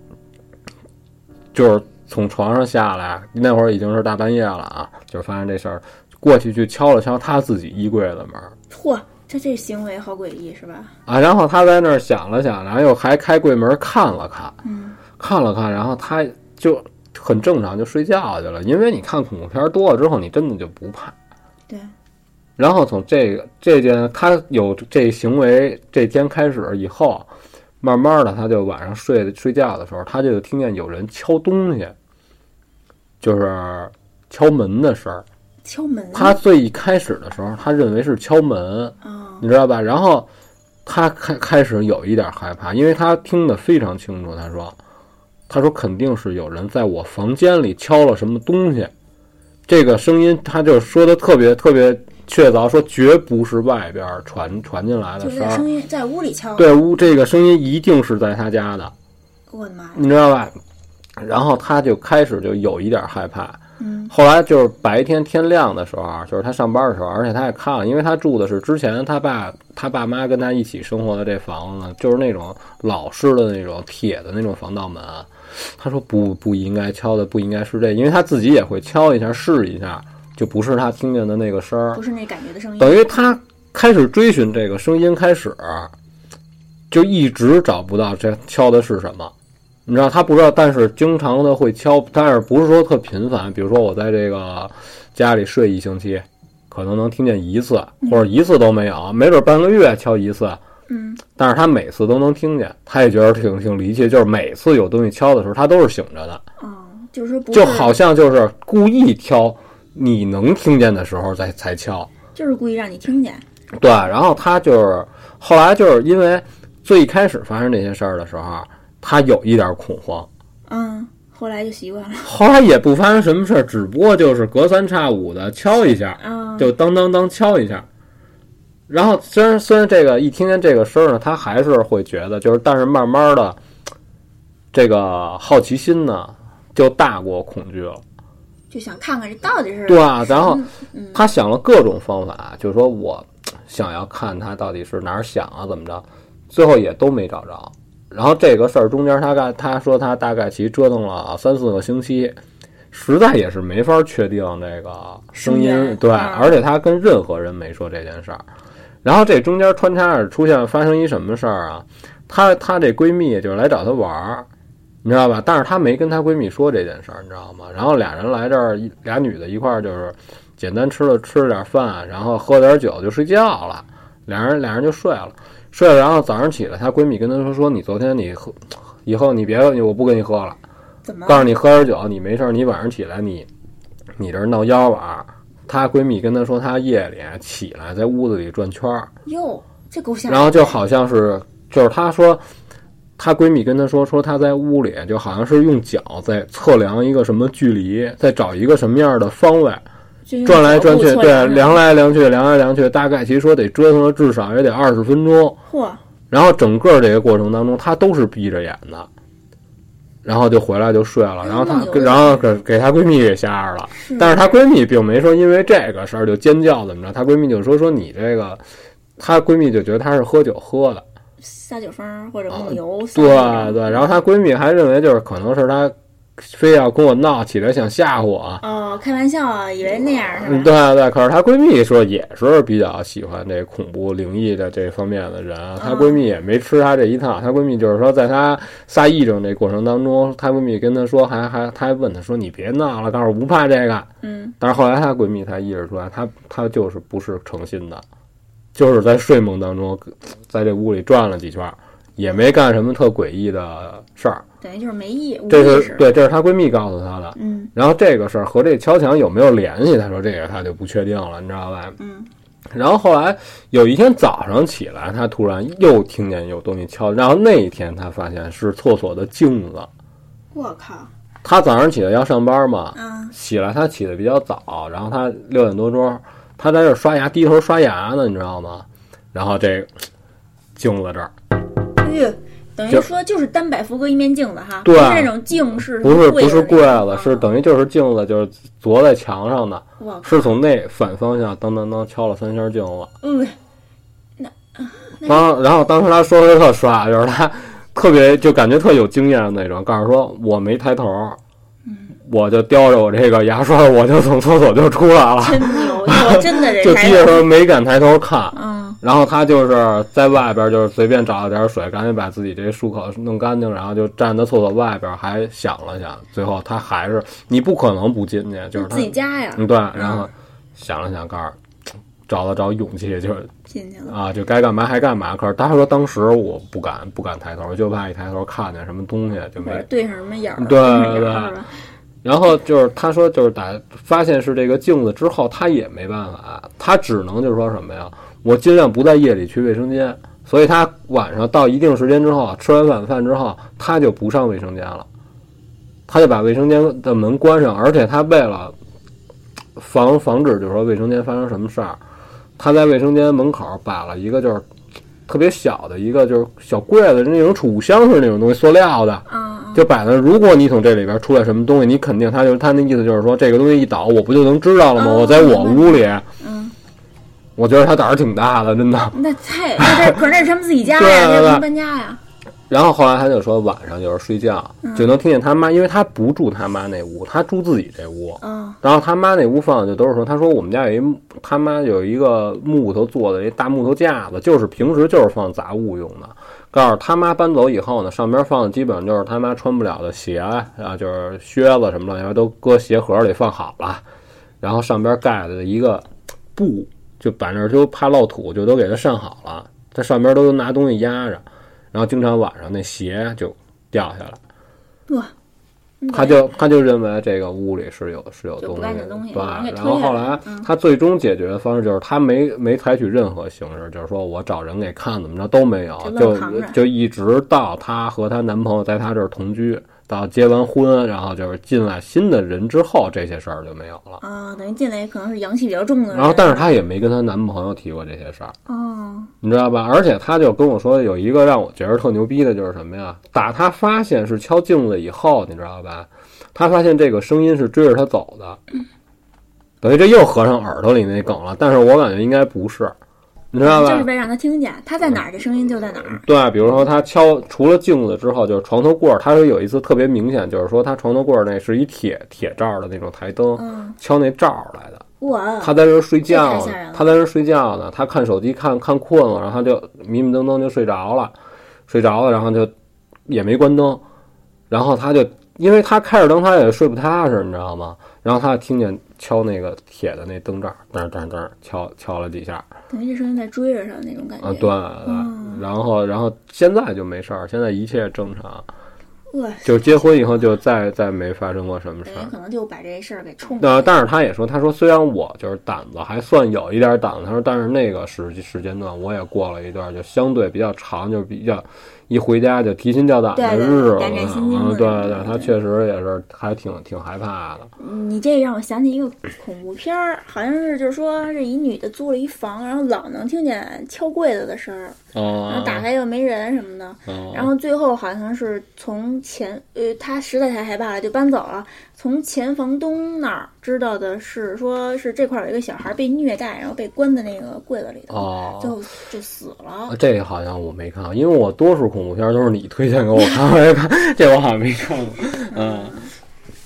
[SPEAKER 2] 就是从床上下来，那会儿已经是大半夜了啊，就是发现这事儿，过去去敲了敲他自己衣柜的门儿。
[SPEAKER 1] 嚯，他这行为好诡异是吧？
[SPEAKER 2] 啊，然后他在那儿想了想，然后又还开柜门看了看，
[SPEAKER 1] 嗯
[SPEAKER 2] 看了看，然后他就很正常就睡觉去了。因为你看恐怖片儿多了之后，你真的就不怕。
[SPEAKER 1] 对。
[SPEAKER 2] 然后从这个这件他有这行为这天开始以后，慢慢的他就晚上睡睡觉的时候，他就听见有人敲东西，就是敲门的声儿。
[SPEAKER 1] 敲门，
[SPEAKER 2] 他最一开始的时候，他认为是敲门，
[SPEAKER 1] 哦
[SPEAKER 2] 你知道吧？然后他开开始有一点害怕，因为他听得非常清楚。他说：“他说肯定是有人在我房间里敲了什么东西。”这个声音，他就说的特别特别确凿，说绝不是外边儿传传进来
[SPEAKER 1] 就
[SPEAKER 2] 的
[SPEAKER 1] 是
[SPEAKER 2] 声
[SPEAKER 1] 在
[SPEAKER 2] 儿。
[SPEAKER 1] 声音在屋里敲，
[SPEAKER 2] 对屋这个声音一定是在他家的，
[SPEAKER 1] 我的妈呀，
[SPEAKER 2] 你知道吧？然后他就开始就有一点害怕。
[SPEAKER 1] 嗯
[SPEAKER 2] 后来就是白天天亮的时候啊，就是他上班的时候，而且他也看了，因为他住的是之前他爸他爸妈跟他一起生活的这房子，就是那种老式的那种铁的那种防盗门啊。他说不不应该敲的，不应该是这，因为他自己也会敲一下试一下，就不是他听见的那个声儿
[SPEAKER 1] 不。是那感觉的声音，
[SPEAKER 2] 等于他开始追寻这个声音开始，啊就一直找不到这敲的是什么。你知道他不知道，但是经常的会敲，但是不是说特频繁。比如说我在这个家里睡一星期，可能能听见一次，或者一次都没有，没准半个月敲一次。
[SPEAKER 1] 嗯，
[SPEAKER 2] 但是他每次都能听见，他也觉得挺挺离奇，就是每次有东西敲的时候，他都是醒着的，
[SPEAKER 1] 哦，就是说不是
[SPEAKER 2] 就好，像就是故意挑你能听见的时候再才敲。
[SPEAKER 1] 就是故意让你听见，
[SPEAKER 2] 对，然后他就是后来就是因为最开始发生这些事儿的时候，啊他有一点恐慌，
[SPEAKER 1] 嗯，后来就习惯了，
[SPEAKER 2] 后来也不发生什么事儿，只不过就是隔三差五的敲一下，
[SPEAKER 1] 嗯，
[SPEAKER 2] 就当当当敲一下。然后虽然虽然这个一听见这个声儿呢，他还是会觉得就是，但是慢慢的，这个好奇心呢就大过恐惧了。
[SPEAKER 1] 就想看看这到底是
[SPEAKER 2] 对啊，然后
[SPEAKER 1] 嗯
[SPEAKER 2] 他想了各种方法，就是说我想要看他到底是哪儿想啊，怎么着，最后也都没找着。然后这个事儿中间他干，他说他大概其折腾了三四个星期，实在也是没法确定这个声
[SPEAKER 1] 声音
[SPEAKER 2] 音，对，
[SPEAKER 1] 嗯
[SPEAKER 2] 而且他跟任何人没说这件事儿。然后这中间穿插着出现发生一什么事儿啊？她她这闺蜜就是来找她玩儿，你知道吧？但是她没跟她闺蜜说这件事儿，你知道吗？然后俩人来这儿，一俩女的一块儿就是简单吃了吃了点饭，然后喝点酒就睡觉了，俩人俩人就睡了，睡了。然后早上起来，她闺蜜跟她说说你昨天你喝，以后你别我不跟你喝了，
[SPEAKER 1] 怎么
[SPEAKER 2] 告诉你喝点酒你没事儿，你晚上起来你你这儿闹腰玩儿。她闺蜜跟她说，她夜里起来在屋子里转圈儿。
[SPEAKER 1] 哟，这够吓人，
[SPEAKER 2] 然后就好像是，就是她说，她闺蜜跟她说，说她在屋里就好像是用脚在测量一个什么距离，在找一个什么样的方位，
[SPEAKER 1] 就用
[SPEAKER 2] 转来
[SPEAKER 1] 脚
[SPEAKER 2] 转
[SPEAKER 1] 步
[SPEAKER 2] 去，
[SPEAKER 1] 搓
[SPEAKER 2] 对，
[SPEAKER 1] 两下
[SPEAKER 2] 量来量去，量来量去，大概其实说得折腾了至少也得二十分钟。
[SPEAKER 1] 嚯，
[SPEAKER 2] 然后整个这个过程当中，她都是闭着眼的，然后就回来就睡了。然后她
[SPEAKER 1] 梦游
[SPEAKER 2] 跟，然后给给她闺蜜给吓着了。
[SPEAKER 1] 是
[SPEAKER 2] 但是她闺蜜并没说因为这个事儿就尖叫怎么着，她闺蜜就说说你这个，她闺蜜就觉得她是喝酒喝的，
[SPEAKER 1] 撒酒疯儿或者梦游，撒
[SPEAKER 2] 嗯对
[SPEAKER 1] 那种
[SPEAKER 2] 对。然后她闺蜜还认为就是可能是她非要跟我闹起来想吓唬我，
[SPEAKER 1] 哦，开玩笑啊，以为那样是
[SPEAKER 2] 嗯，
[SPEAKER 1] 吧？
[SPEAKER 2] 对对。可是她闺蜜说也是比较喜欢这恐怖灵异的这方面的人，啊她
[SPEAKER 1] 嗯
[SPEAKER 2] 闺蜜也没吃她这一套。她闺蜜就是说，在她撒癔症这过程当中，她闺蜜跟她说，还还她还问她说你别闹了，告诉我不怕这个。
[SPEAKER 1] 嗯，
[SPEAKER 2] 但是后来她闺蜜才意识出来，她她就是不是诚心的，就是在睡梦当中，在这屋里转了几圈儿，也没干什么特诡异的事儿。
[SPEAKER 1] 等于就是没意无
[SPEAKER 2] 这
[SPEAKER 1] 意
[SPEAKER 2] 是
[SPEAKER 1] 识，
[SPEAKER 2] 对，这是她闺蜜告诉她的。
[SPEAKER 1] 嗯
[SPEAKER 2] 然后这个事儿和这敲墙有没有联系？她说这个她就不确定了，你知道吧？
[SPEAKER 1] 嗯，
[SPEAKER 2] 然后后来有一天早上起来，她突然又听见有东西敲，然后那一天她发现是厕所的镜子。
[SPEAKER 1] 我靠，
[SPEAKER 2] 她早上起来要上班嘛，
[SPEAKER 1] 啊，
[SPEAKER 2] 起来，他起的比较早，然后他六点多钟，他在这儿刷牙，低头刷牙呢，你知道吗？然后这镜子这儿
[SPEAKER 1] 哟，等于
[SPEAKER 2] 就
[SPEAKER 1] 说就是单摆符隔一面镜子哈，
[SPEAKER 2] 对
[SPEAKER 1] 不是那种镜式，
[SPEAKER 2] 不是
[SPEAKER 1] 是
[SPEAKER 2] 不
[SPEAKER 1] 柜
[SPEAKER 2] 是柜
[SPEAKER 1] 那种
[SPEAKER 2] 子，是
[SPEAKER 1] 啊
[SPEAKER 2] 嗯等于就是镜子，就是凿在墙上的，
[SPEAKER 1] 我靠，
[SPEAKER 2] 是从那反方向当当当敲了三下镜子。
[SPEAKER 1] 嗯，
[SPEAKER 2] 当然后当时他说的特帅，就是他特别就感觉特有经验的那种，告诉说我没抬头，我就叼着我这个牙刷，我就从厕所就出来了，
[SPEAKER 1] 真牛，我真的
[SPEAKER 2] 就
[SPEAKER 1] 这才
[SPEAKER 2] 低着头没敢抬头看。
[SPEAKER 1] 嗯，
[SPEAKER 2] 然后他就是在外边，就是随便找了点水，赶紧把自己这漱口弄干净，然后就站在厕所外边，还想了想，最后他还是你不可能不进去，就是他
[SPEAKER 1] 自己家呀
[SPEAKER 2] 嗯对，然后想了想，告诉找了找勇气，就是
[SPEAKER 1] 进去了，
[SPEAKER 2] 啊，就该干嘛还干嘛。可是他说当时我不敢不敢抬头，就怕一抬头看见什么东西就
[SPEAKER 1] 或者
[SPEAKER 2] 没。
[SPEAKER 1] 对上什么眼儿，
[SPEAKER 2] 对
[SPEAKER 1] 对
[SPEAKER 2] 对然后就是他说就是打发现是这个镜子之后，他也没办法，他只能就是说什么呀？我尽量不在夜里去卫生间，所以他晚上到一定时间之后，吃完晚饭之后，他就不上卫生间了，他就把卫生间的门关上，而且他为了防防止就是说卫生间发生什么事儿，他在卫生间门口摆了一个就是特别小的一个就是小柜子，那种储物箱似的那种东西，塑料的，
[SPEAKER 1] 啊，
[SPEAKER 2] 就摆在那儿。如果你从这里边出来什么东西，你肯定他就是他那意思就是说，这个东西一倒，我不就能知道了吗？
[SPEAKER 1] 哦
[SPEAKER 2] 我在我屋里，
[SPEAKER 1] 嗯，
[SPEAKER 2] 我觉得他胆儿挺大的，真的。
[SPEAKER 1] 那太那这可是那是他们自己家
[SPEAKER 2] 对
[SPEAKER 1] 呀，那
[SPEAKER 2] 对
[SPEAKER 1] 不
[SPEAKER 2] 对
[SPEAKER 1] 能搬家呀。
[SPEAKER 2] 然后后来他就说，晚上有时候睡觉
[SPEAKER 1] 嗯
[SPEAKER 2] 就能听见他妈，因为他不住他妈那屋，他住自己这屋。
[SPEAKER 1] 嗯
[SPEAKER 2] 然后他妈那屋放的就都是说，他说我们家有一木他妈有一个木头做的一大木头架子，就是平时就是放杂物用的。告诉他妈搬走以后呢，上边放的基本上就是他妈穿不了的鞋啊，就是靴子什么的，然后都搁鞋盒里放好了，然后上边盖的一个布，就把那儿就怕落土，就都给它上好了，它上边都拿东西压着，然后经常晚上那鞋就掉下来。
[SPEAKER 1] 哇，
[SPEAKER 2] 他就他就认为这个屋里是有是有
[SPEAKER 1] 就不
[SPEAKER 2] 东
[SPEAKER 1] 干
[SPEAKER 2] 西的，
[SPEAKER 1] 净东西
[SPEAKER 2] 对。
[SPEAKER 1] 把人给
[SPEAKER 2] 然
[SPEAKER 1] 推
[SPEAKER 2] 后
[SPEAKER 1] 下
[SPEAKER 2] 后
[SPEAKER 1] 来嗯
[SPEAKER 2] 来他最终解决的方式就是他没没采取任何形式，就是说我找人给看怎么着都没有
[SPEAKER 1] 就，愣
[SPEAKER 2] 就
[SPEAKER 1] 扛着
[SPEAKER 2] 就一直到她和她男朋友在她这儿同居，到结完婚，然后就是进来新的人之后，这些事儿就没有了。
[SPEAKER 1] 啊，等于进来可能是阳气比较重的人。
[SPEAKER 2] 然后，但是她也没跟她男朋友提过这些事儿，
[SPEAKER 1] 哦，
[SPEAKER 2] 你知道吧？而且她就跟我说有一个让我觉得特牛逼的，就是什么呀？打她发现是敲镜子以后，你知道吧？她发现这个声音是追着她走的，等于这又合上耳朵里那梗了。但是我感觉应该不是，你知
[SPEAKER 1] 嗯
[SPEAKER 2] 道
[SPEAKER 1] 就是
[SPEAKER 2] 吧？嗯
[SPEAKER 1] 为了让他听见，他在哪儿，这声音就在哪儿。
[SPEAKER 2] 对，啊比如说她敲除了镜子之后，就是床头柜儿。她说有一次特别明显，就是说她床头柜儿那是一铁铁罩儿的那种台灯，
[SPEAKER 1] 嗯，
[SPEAKER 2] 敲那罩儿来的。
[SPEAKER 1] 哇，哦
[SPEAKER 2] 他在这儿睡觉
[SPEAKER 1] 啊这太吓人
[SPEAKER 2] 呢
[SPEAKER 1] 了，
[SPEAKER 2] 他在这儿睡觉呢，他看手机看看困了，然后他就迷迷瞪瞪就睡着了，睡着了，然后就也没关灯，然后他就因为他开着灯，他也睡不踏实，你知道吗？然后他就听见敲那个铁的那灯罩，噔噔噔敲敲了几下，
[SPEAKER 1] 等于这声音在追着他那种感觉。
[SPEAKER 2] 啊，对，
[SPEAKER 1] 嗯
[SPEAKER 2] 对然后然后现在就没事儿，现在一切正常，
[SPEAKER 1] 哇，
[SPEAKER 2] 就是结婚以后就再再没发生过什么事
[SPEAKER 1] 等
[SPEAKER 2] 儿
[SPEAKER 1] 于。可能就把这事儿给冲
[SPEAKER 2] 呃，
[SPEAKER 1] 了。
[SPEAKER 2] 但是他也说，他说虽然我就是胆子还算有一点胆子，他说但是那个时时间段我也过了一段就相对比较长，就是比较一回家就提心吊胆的
[SPEAKER 1] 对对
[SPEAKER 2] 日子了。
[SPEAKER 1] 胆战心惊
[SPEAKER 2] 嗯，
[SPEAKER 1] 的
[SPEAKER 2] 对
[SPEAKER 1] 那种
[SPEAKER 2] 对，他确实也是还挺挺害怕的。
[SPEAKER 1] 你这让我想起一个恐怖片儿，好像是就是说这一女的租了一房，然后老能听见敲柜子的声儿，然
[SPEAKER 2] 哦
[SPEAKER 1] 后，打开又没人什么的。
[SPEAKER 2] 嗯
[SPEAKER 1] 然后最后好像是从前，呃，他实在太害怕了，就搬走了。从前房东那儿知道的是，说是这块儿有一个小孩被虐待，然后被关在那个柜子里头，
[SPEAKER 2] 哦呃
[SPEAKER 1] 最后就死了。
[SPEAKER 2] 这个好像我没看过，因为我多数恐怖片都是你推荐给我看，我也看， 这我好像没看过。嗯，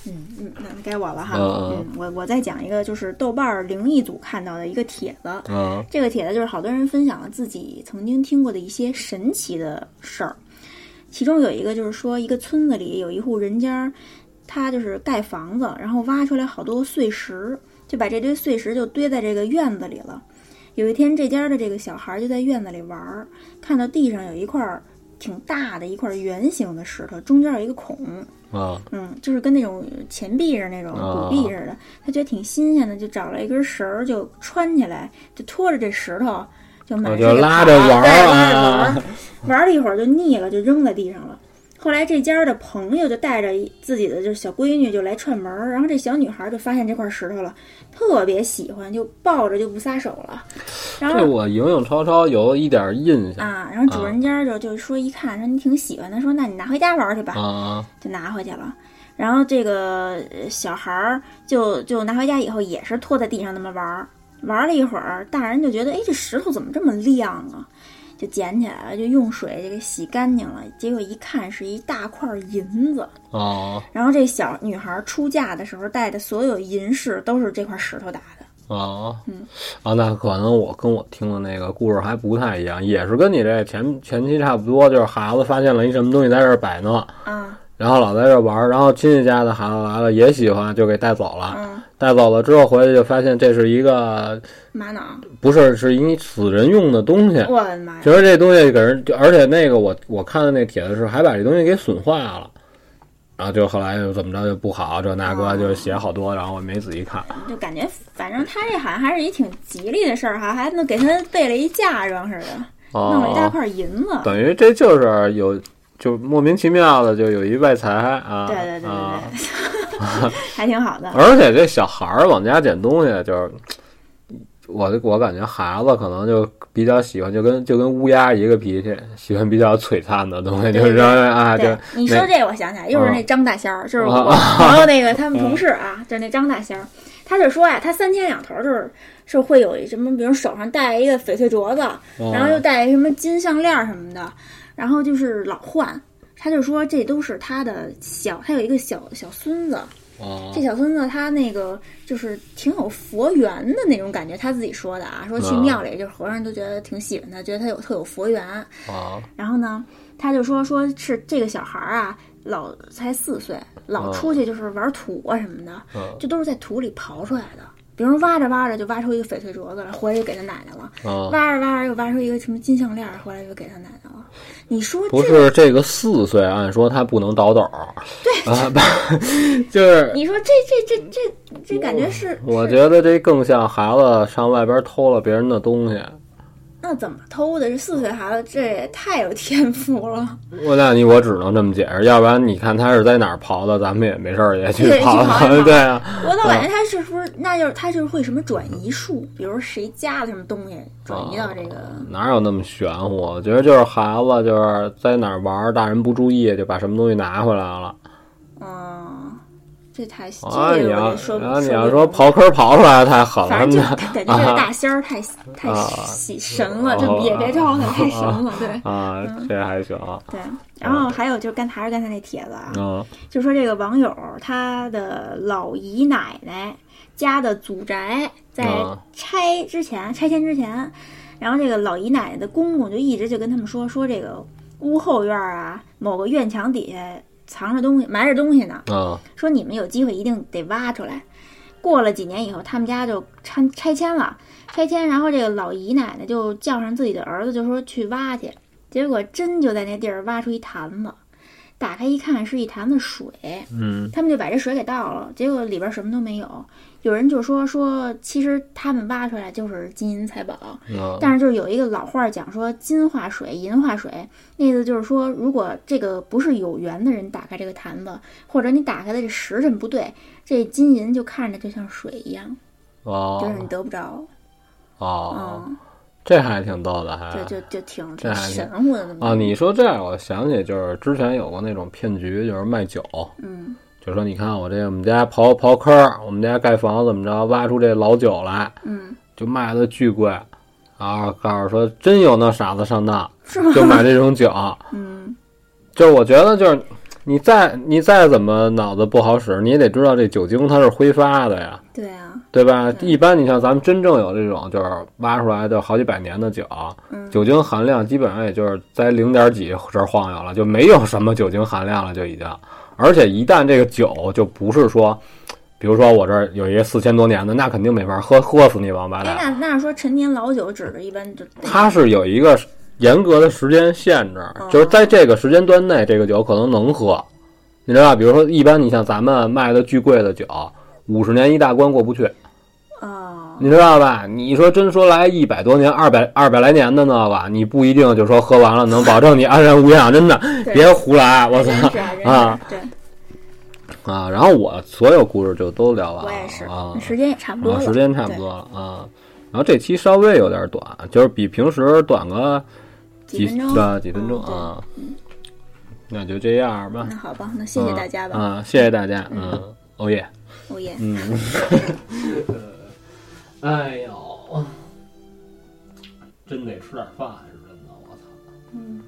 [SPEAKER 1] 嗯嗯，那该我了哈。
[SPEAKER 2] 嗯
[SPEAKER 1] 嗯，我我再讲一个，就是豆瓣儿灵异组看到的一个帖子。
[SPEAKER 2] 嗯
[SPEAKER 1] 这个帖子就是好多人分享了自己曾经听过的一些神奇的事儿，其中有一个就是说，一个村子里有一户人家，他就是盖房子，然后挖出来好多碎石，就把这堆碎石就堆在这个院子里了。有一天，这家的这个小孩就在院子里玩儿，看到地上有一块儿挺大的一块圆形的石头，中间有一个孔，
[SPEAKER 2] 嗯
[SPEAKER 1] 嗯，就是跟那种钱币似的那种古
[SPEAKER 2] 啊
[SPEAKER 1] 币似的，他觉得挺新鲜的，就找了一根绳儿就穿起来，就拖着这石头就满
[SPEAKER 2] 我
[SPEAKER 1] 世
[SPEAKER 2] 哦就
[SPEAKER 1] 界
[SPEAKER 2] 拉
[SPEAKER 1] 跑
[SPEAKER 2] 着玩儿
[SPEAKER 1] 对拉着玩
[SPEAKER 2] 啊
[SPEAKER 1] 儿，玩了一会儿就腻了，就扔在地上了。后来这家的朋友就带着一自己的就是小闺女就来串门儿，然后这小女孩就发现这块石头了，特别喜欢，就抱着就不撒手了。然后
[SPEAKER 2] 这我影影绰绰有一点印象
[SPEAKER 1] 啊，然后主人家就就说一看说你挺喜欢的，说那你拿回家玩儿去吧。
[SPEAKER 2] 啊
[SPEAKER 1] 就拿回去了。然后这个呃小孩儿就就拿回家以后也是拖在地上那么玩儿，玩了一会儿，大人就觉得哎这石头怎么这么亮啊，就捡起来了，就用水就给洗干净了。结果一看是一大块银子，
[SPEAKER 2] 啊
[SPEAKER 1] 然后这小女孩出嫁的时候带的所有银饰都是这块石头打的。
[SPEAKER 2] 哦，
[SPEAKER 1] 嗯
[SPEAKER 2] 啊，那可能我跟我听的那个故事还不太一样，也是跟你这前前期差不多，就是孩子发现了一什么东西在这儿摆弄，
[SPEAKER 1] 啊，
[SPEAKER 2] 然后老在这儿玩儿，然后亲戚家的孩子来了也喜欢，就给带走了。
[SPEAKER 1] 嗯，
[SPEAKER 2] 带走了之后回去就发现这是一个
[SPEAKER 1] 玛瑙，
[SPEAKER 2] 不是是一死人用的东西，
[SPEAKER 1] 我的妈呀！
[SPEAKER 2] 就是这东西给人，就而且那个我我看的那帖子是还把这东西给损坏了。然后就后来又怎么着就不好，这那
[SPEAKER 1] 哦
[SPEAKER 2] 个就写好多，然后我没仔细看。
[SPEAKER 1] 就感觉，反正他这好像还是一挺吉利的事儿哈，还弄给他备了一嫁妆似的，弄了一
[SPEAKER 2] 哦
[SPEAKER 1] 大块银子。
[SPEAKER 2] 等于这就是有就莫名其妙的就有一外财啊，
[SPEAKER 1] 对对对对
[SPEAKER 2] 啊，
[SPEAKER 1] 对，还挺好的。
[SPEAKER 2] 而且这小孩儿往家捡东西就是。我我感觉孩子可能就比较喜欢，就跟就跟乌鸦一个脾气，喜欢比较璀璨的东西，
[SPEAKER 1] 对
[SPEAKER 2] 就是说啊，就嗯
[SPEAKER 1] 对，你说这个我想起来，又是那张大仙儿， 就是我
[SPEAKER 2] 啊
[SPEAKER 1] 朋友那个他们同事啊，就是那张大仙儿，他就说呀，他三天两头儿就是是会有什么，比如手上戴一个翡翠镯
[SPEAKER 2] 哦
[SPEAKER 1] 子，然后
[SPEAKER 2] 啊
[SPEAKER 1] 又戴什么金项链儿什么的，然后就是老换。他就说这都是他的小，他有一个小小孙子，
[SPEAKER 2] 啊
[SPEAKER 1] 这小孙子他那个就是挺有佛缘的那种感觉，他自己说的啊，说去
[SPEAKER 2] 啊
[SPEAKER 1] 庙里就是和尚都觉得挺喜欢他，觉得他有特有佛缘，
[SPEAKER 2] 啊
[SPEAKER 1] 然后呢，他就说说是这个小孩儿啊，老才四岁，老
[SPEAKER 2] 嗯
[SPEAKER 1] 出去就是玩土啊什么的，
[SPEAKER 2] 嗯
[SPEAKER 1] 这都是在土里刨出来的。比如说挖着挖着就挖出一个翡翠镯子来，回来就给他奶奶了；
[SPEAKER 2] 啊，
[SPEAKER 1] 挖着挖着又挖出一个什么金项链儿，回来又给他奶奶了。你说
[SPEAKER 2] 不
[SPEAKER 1] 这，
[SPEAKER 2] 是这个四岁，按说他不能倒斗，对啊，不 就是
[SPEAKER 1] 你说这这这这这感觉是，
[SPEAKER 2] 我
[SPEAKER 1] 是
[SPEAKER 2] 觉得这更像孩子上外边偷了别人的东西。
[SPEAKER 1] 那怎么偷的？这四岁孩子这也太有天赋了，
[SPEAKER 2] 我那你我只能这么解释，要不然你看他是在哪儿刨的，咱们也没事儿也去
[SPEAKER 1] 对去
[SPEAKER 2] 刨
[SPEAKER 1] 刨一刨
[SPEAKER 2] 对啊，
[SPEAKER 1] 我倒感觉他是不是，那就是他就是会什么转移术，比如谁家的什么东西转移到这个。
[SPEAKER 2] 哪有那么玄乎？我觉得就是孩子就是在哪儿玩儿，大人不注意就把什么东西拿回来了。
[SPEAKER 1] 嗯，这太这
[SPEAKER 2] 啊，你
[SPEAKER 1] 个我
[SPEAKER 2] 要
[SPEAKER 1] 就说不
[SPEAKER 2] 啊，你
[SPEAKER 1] 说
[SPEAKER 2] 要
[SPEAKER 1] 不
[SPEAKER 2] 说
[SPEAKER 1] 了
[SPEAKER 2] 刨坑刨出来太狠了，
[SPEAKER 1] 反正就
[SPEAKER 2] 那
[SPEAKER 1] 感觉这个大仙儿太 太
[SPEAKER 2] 啊
[SPEAKER 1] 喜神了，
[SPEAKER 2] 哦
[SPEAKER 1] 就也别招他，太神了， 对
[SPEAKER 2] 啊，
[SPEAKER 1] 嗯
[SPEAKER 2] 这还行啊。
[SPEAKER 1] 对。然后还有就是刚还是刚才那帖子啊，
[SPEAKER 2] 嗯
[SPEAKER 1] 就说这个网友他的老姨奶奶家的祖宅在
[SPEAKER 2] 啊
[SPEAKER 1] 拆之前拆迁之前，然后这个老姨奶奶的公公就一直就跟他们说说这个屋后院儿啊某个院墙底下藏着东西埋着东西呢，
[SPEAKER 2] 嗯
[SPEAKER 1] 说你们有机会一定得挖出来。过了几年以后，他们家就拆拆迁了，拆迁，然后这个老姨奶奶就叫上自己的儿子，就说去挖去，结果真就在那地儿挖出一坛子，打开一看是一坛子水，
[SPEAKER 2] 嗯
[SPEAKER 1] 他们就把这水给倒了，结果里边什么都没有。有人就说说，其实他们挖出来就是金银财宝，
[SPEAKER 2] 嗯
[SPEAKER 1] 但是就是有一个老话儿讲说金化水、银化水，那意思就是说，如果这个不是有缘的人打开这个坛子，或者你打开的这时辰不对，这金银就看着就像水一样，就
[SPEAKER 2] 哦
[SPEAKER 1] 是你得不着。
[SPEAKER 2] 哦，
[SPEAKER 1] 嗯，
[SPEAKER 2] 这还挺逗的，还
[SPEAKER 1] 对，就就挺
[SPEAKER 2] 这
[SPEAKER 1] 挺
[SPEAKER 2] 还是
[SPEAKER 1] 神乎的那
[SPEAKER 2] 啊，
[SPEAKER 1] 么。
[SPEAKER 2] 你说这，我想起就是之前有过那种骗局，就是卖酒，
[SPEAKER 1] 嗯
[SPEAKER 2] 就说你看我这我们家刨刨坑儿，我们家盖房怎么着，挖出这老酒来，
[SPEAKER 1] 嗯，
[SPEAKER 2] 就卖的巨贵，然后告诉说真有那傻子上当，
[SPEAKER 1] 是吗？
[SPEAKER 2] 就买这种酒，
[SPEAKER 1] 嗯，
[SPEAKER 2] 就是我觉得就是你再你再怎么脑子不好使，你也得知道这酒精它是挥发的呀，
[SPEAKER 1] 对啊，
[SPEAKER 2] 对吧？
[SPEAKER 1] 对
[SPEAKER 2] 一般你像咱们真正有这种就是挖出来就好几百年的酒，
[SPEAKER 1] 嗯
[SPEAKER 2] 酒精含量基本上也就是在零点几这儿晃悠了，就没有什么酒精含量了，就已经。而且一旦这个酒就不是说，比如说我这儿有一个四千多年的，那肯定没法喝，喝死你王八
[SPEAKER 1] 哎，
[SPEAKER 2] 蛋。
[SPEAKER 1] 那那说陈年老酒指的一般 就
[SPEAKER 2] 它是有一个严格的时间限制
[SPEAKER 1] 哦，
[SPEAKER 2] 就是在这个时间段内，这个酒可能能喝，你知道吧？比如说，一般你像咱们卖的巨贵的酒，五十年一大关过不去，
[SPEAKER 1] 哦，
[SPEAKER 2] 你知道吧？你说真说来一百多年、二百二百来年的那个，你不一定就说喝完了能保证你安然无恙，啊真的
[SPEAKER 1] 对
[SPEAKER 2] 别胡来，我
[SPEAKER 1] 真
[SPEAKER 2] 操
[SPEAKER 1] 是啊，真
[SPEAKER 2] 啊
[SPEAKER 1] 是，对
[SPEAKER 2] 啊！然后我所有故事就都聊完
[SPEAKER 1] 我
[SPEAKER 2] 了
[SPEAKER 1] 也是
[SPEAKER 2] 啊，，
[SPEAKER 1] 时间也差不多
[SPEAKER 2] 啊，
[SPEAKER 1] 了，
[SPEAKER 2] 时间差不多了啊。然后这期稍微有点短，就是比平时短个
[SPEAKER 1] 对，
[SPEAKER 2] 几
[SPEAKER 1] 几分钟，
[SPEAKER 2] 对几分钟
[SPEAKER 1] 嗯对
[SPEAKER 2] 啊。那就这样吧
[SPEAKER 1] 嗯那，好吧，那谢谢大家吧，
[SPEAKER 2] 啊，谢谢大家，嗯，欧耶，
[SPEAKER 1] 欧耶。
[SPEAKER 2] 嗯，哎呦，真得吃点饭，是真的，我操。
[SPEAKER 1] 嗯，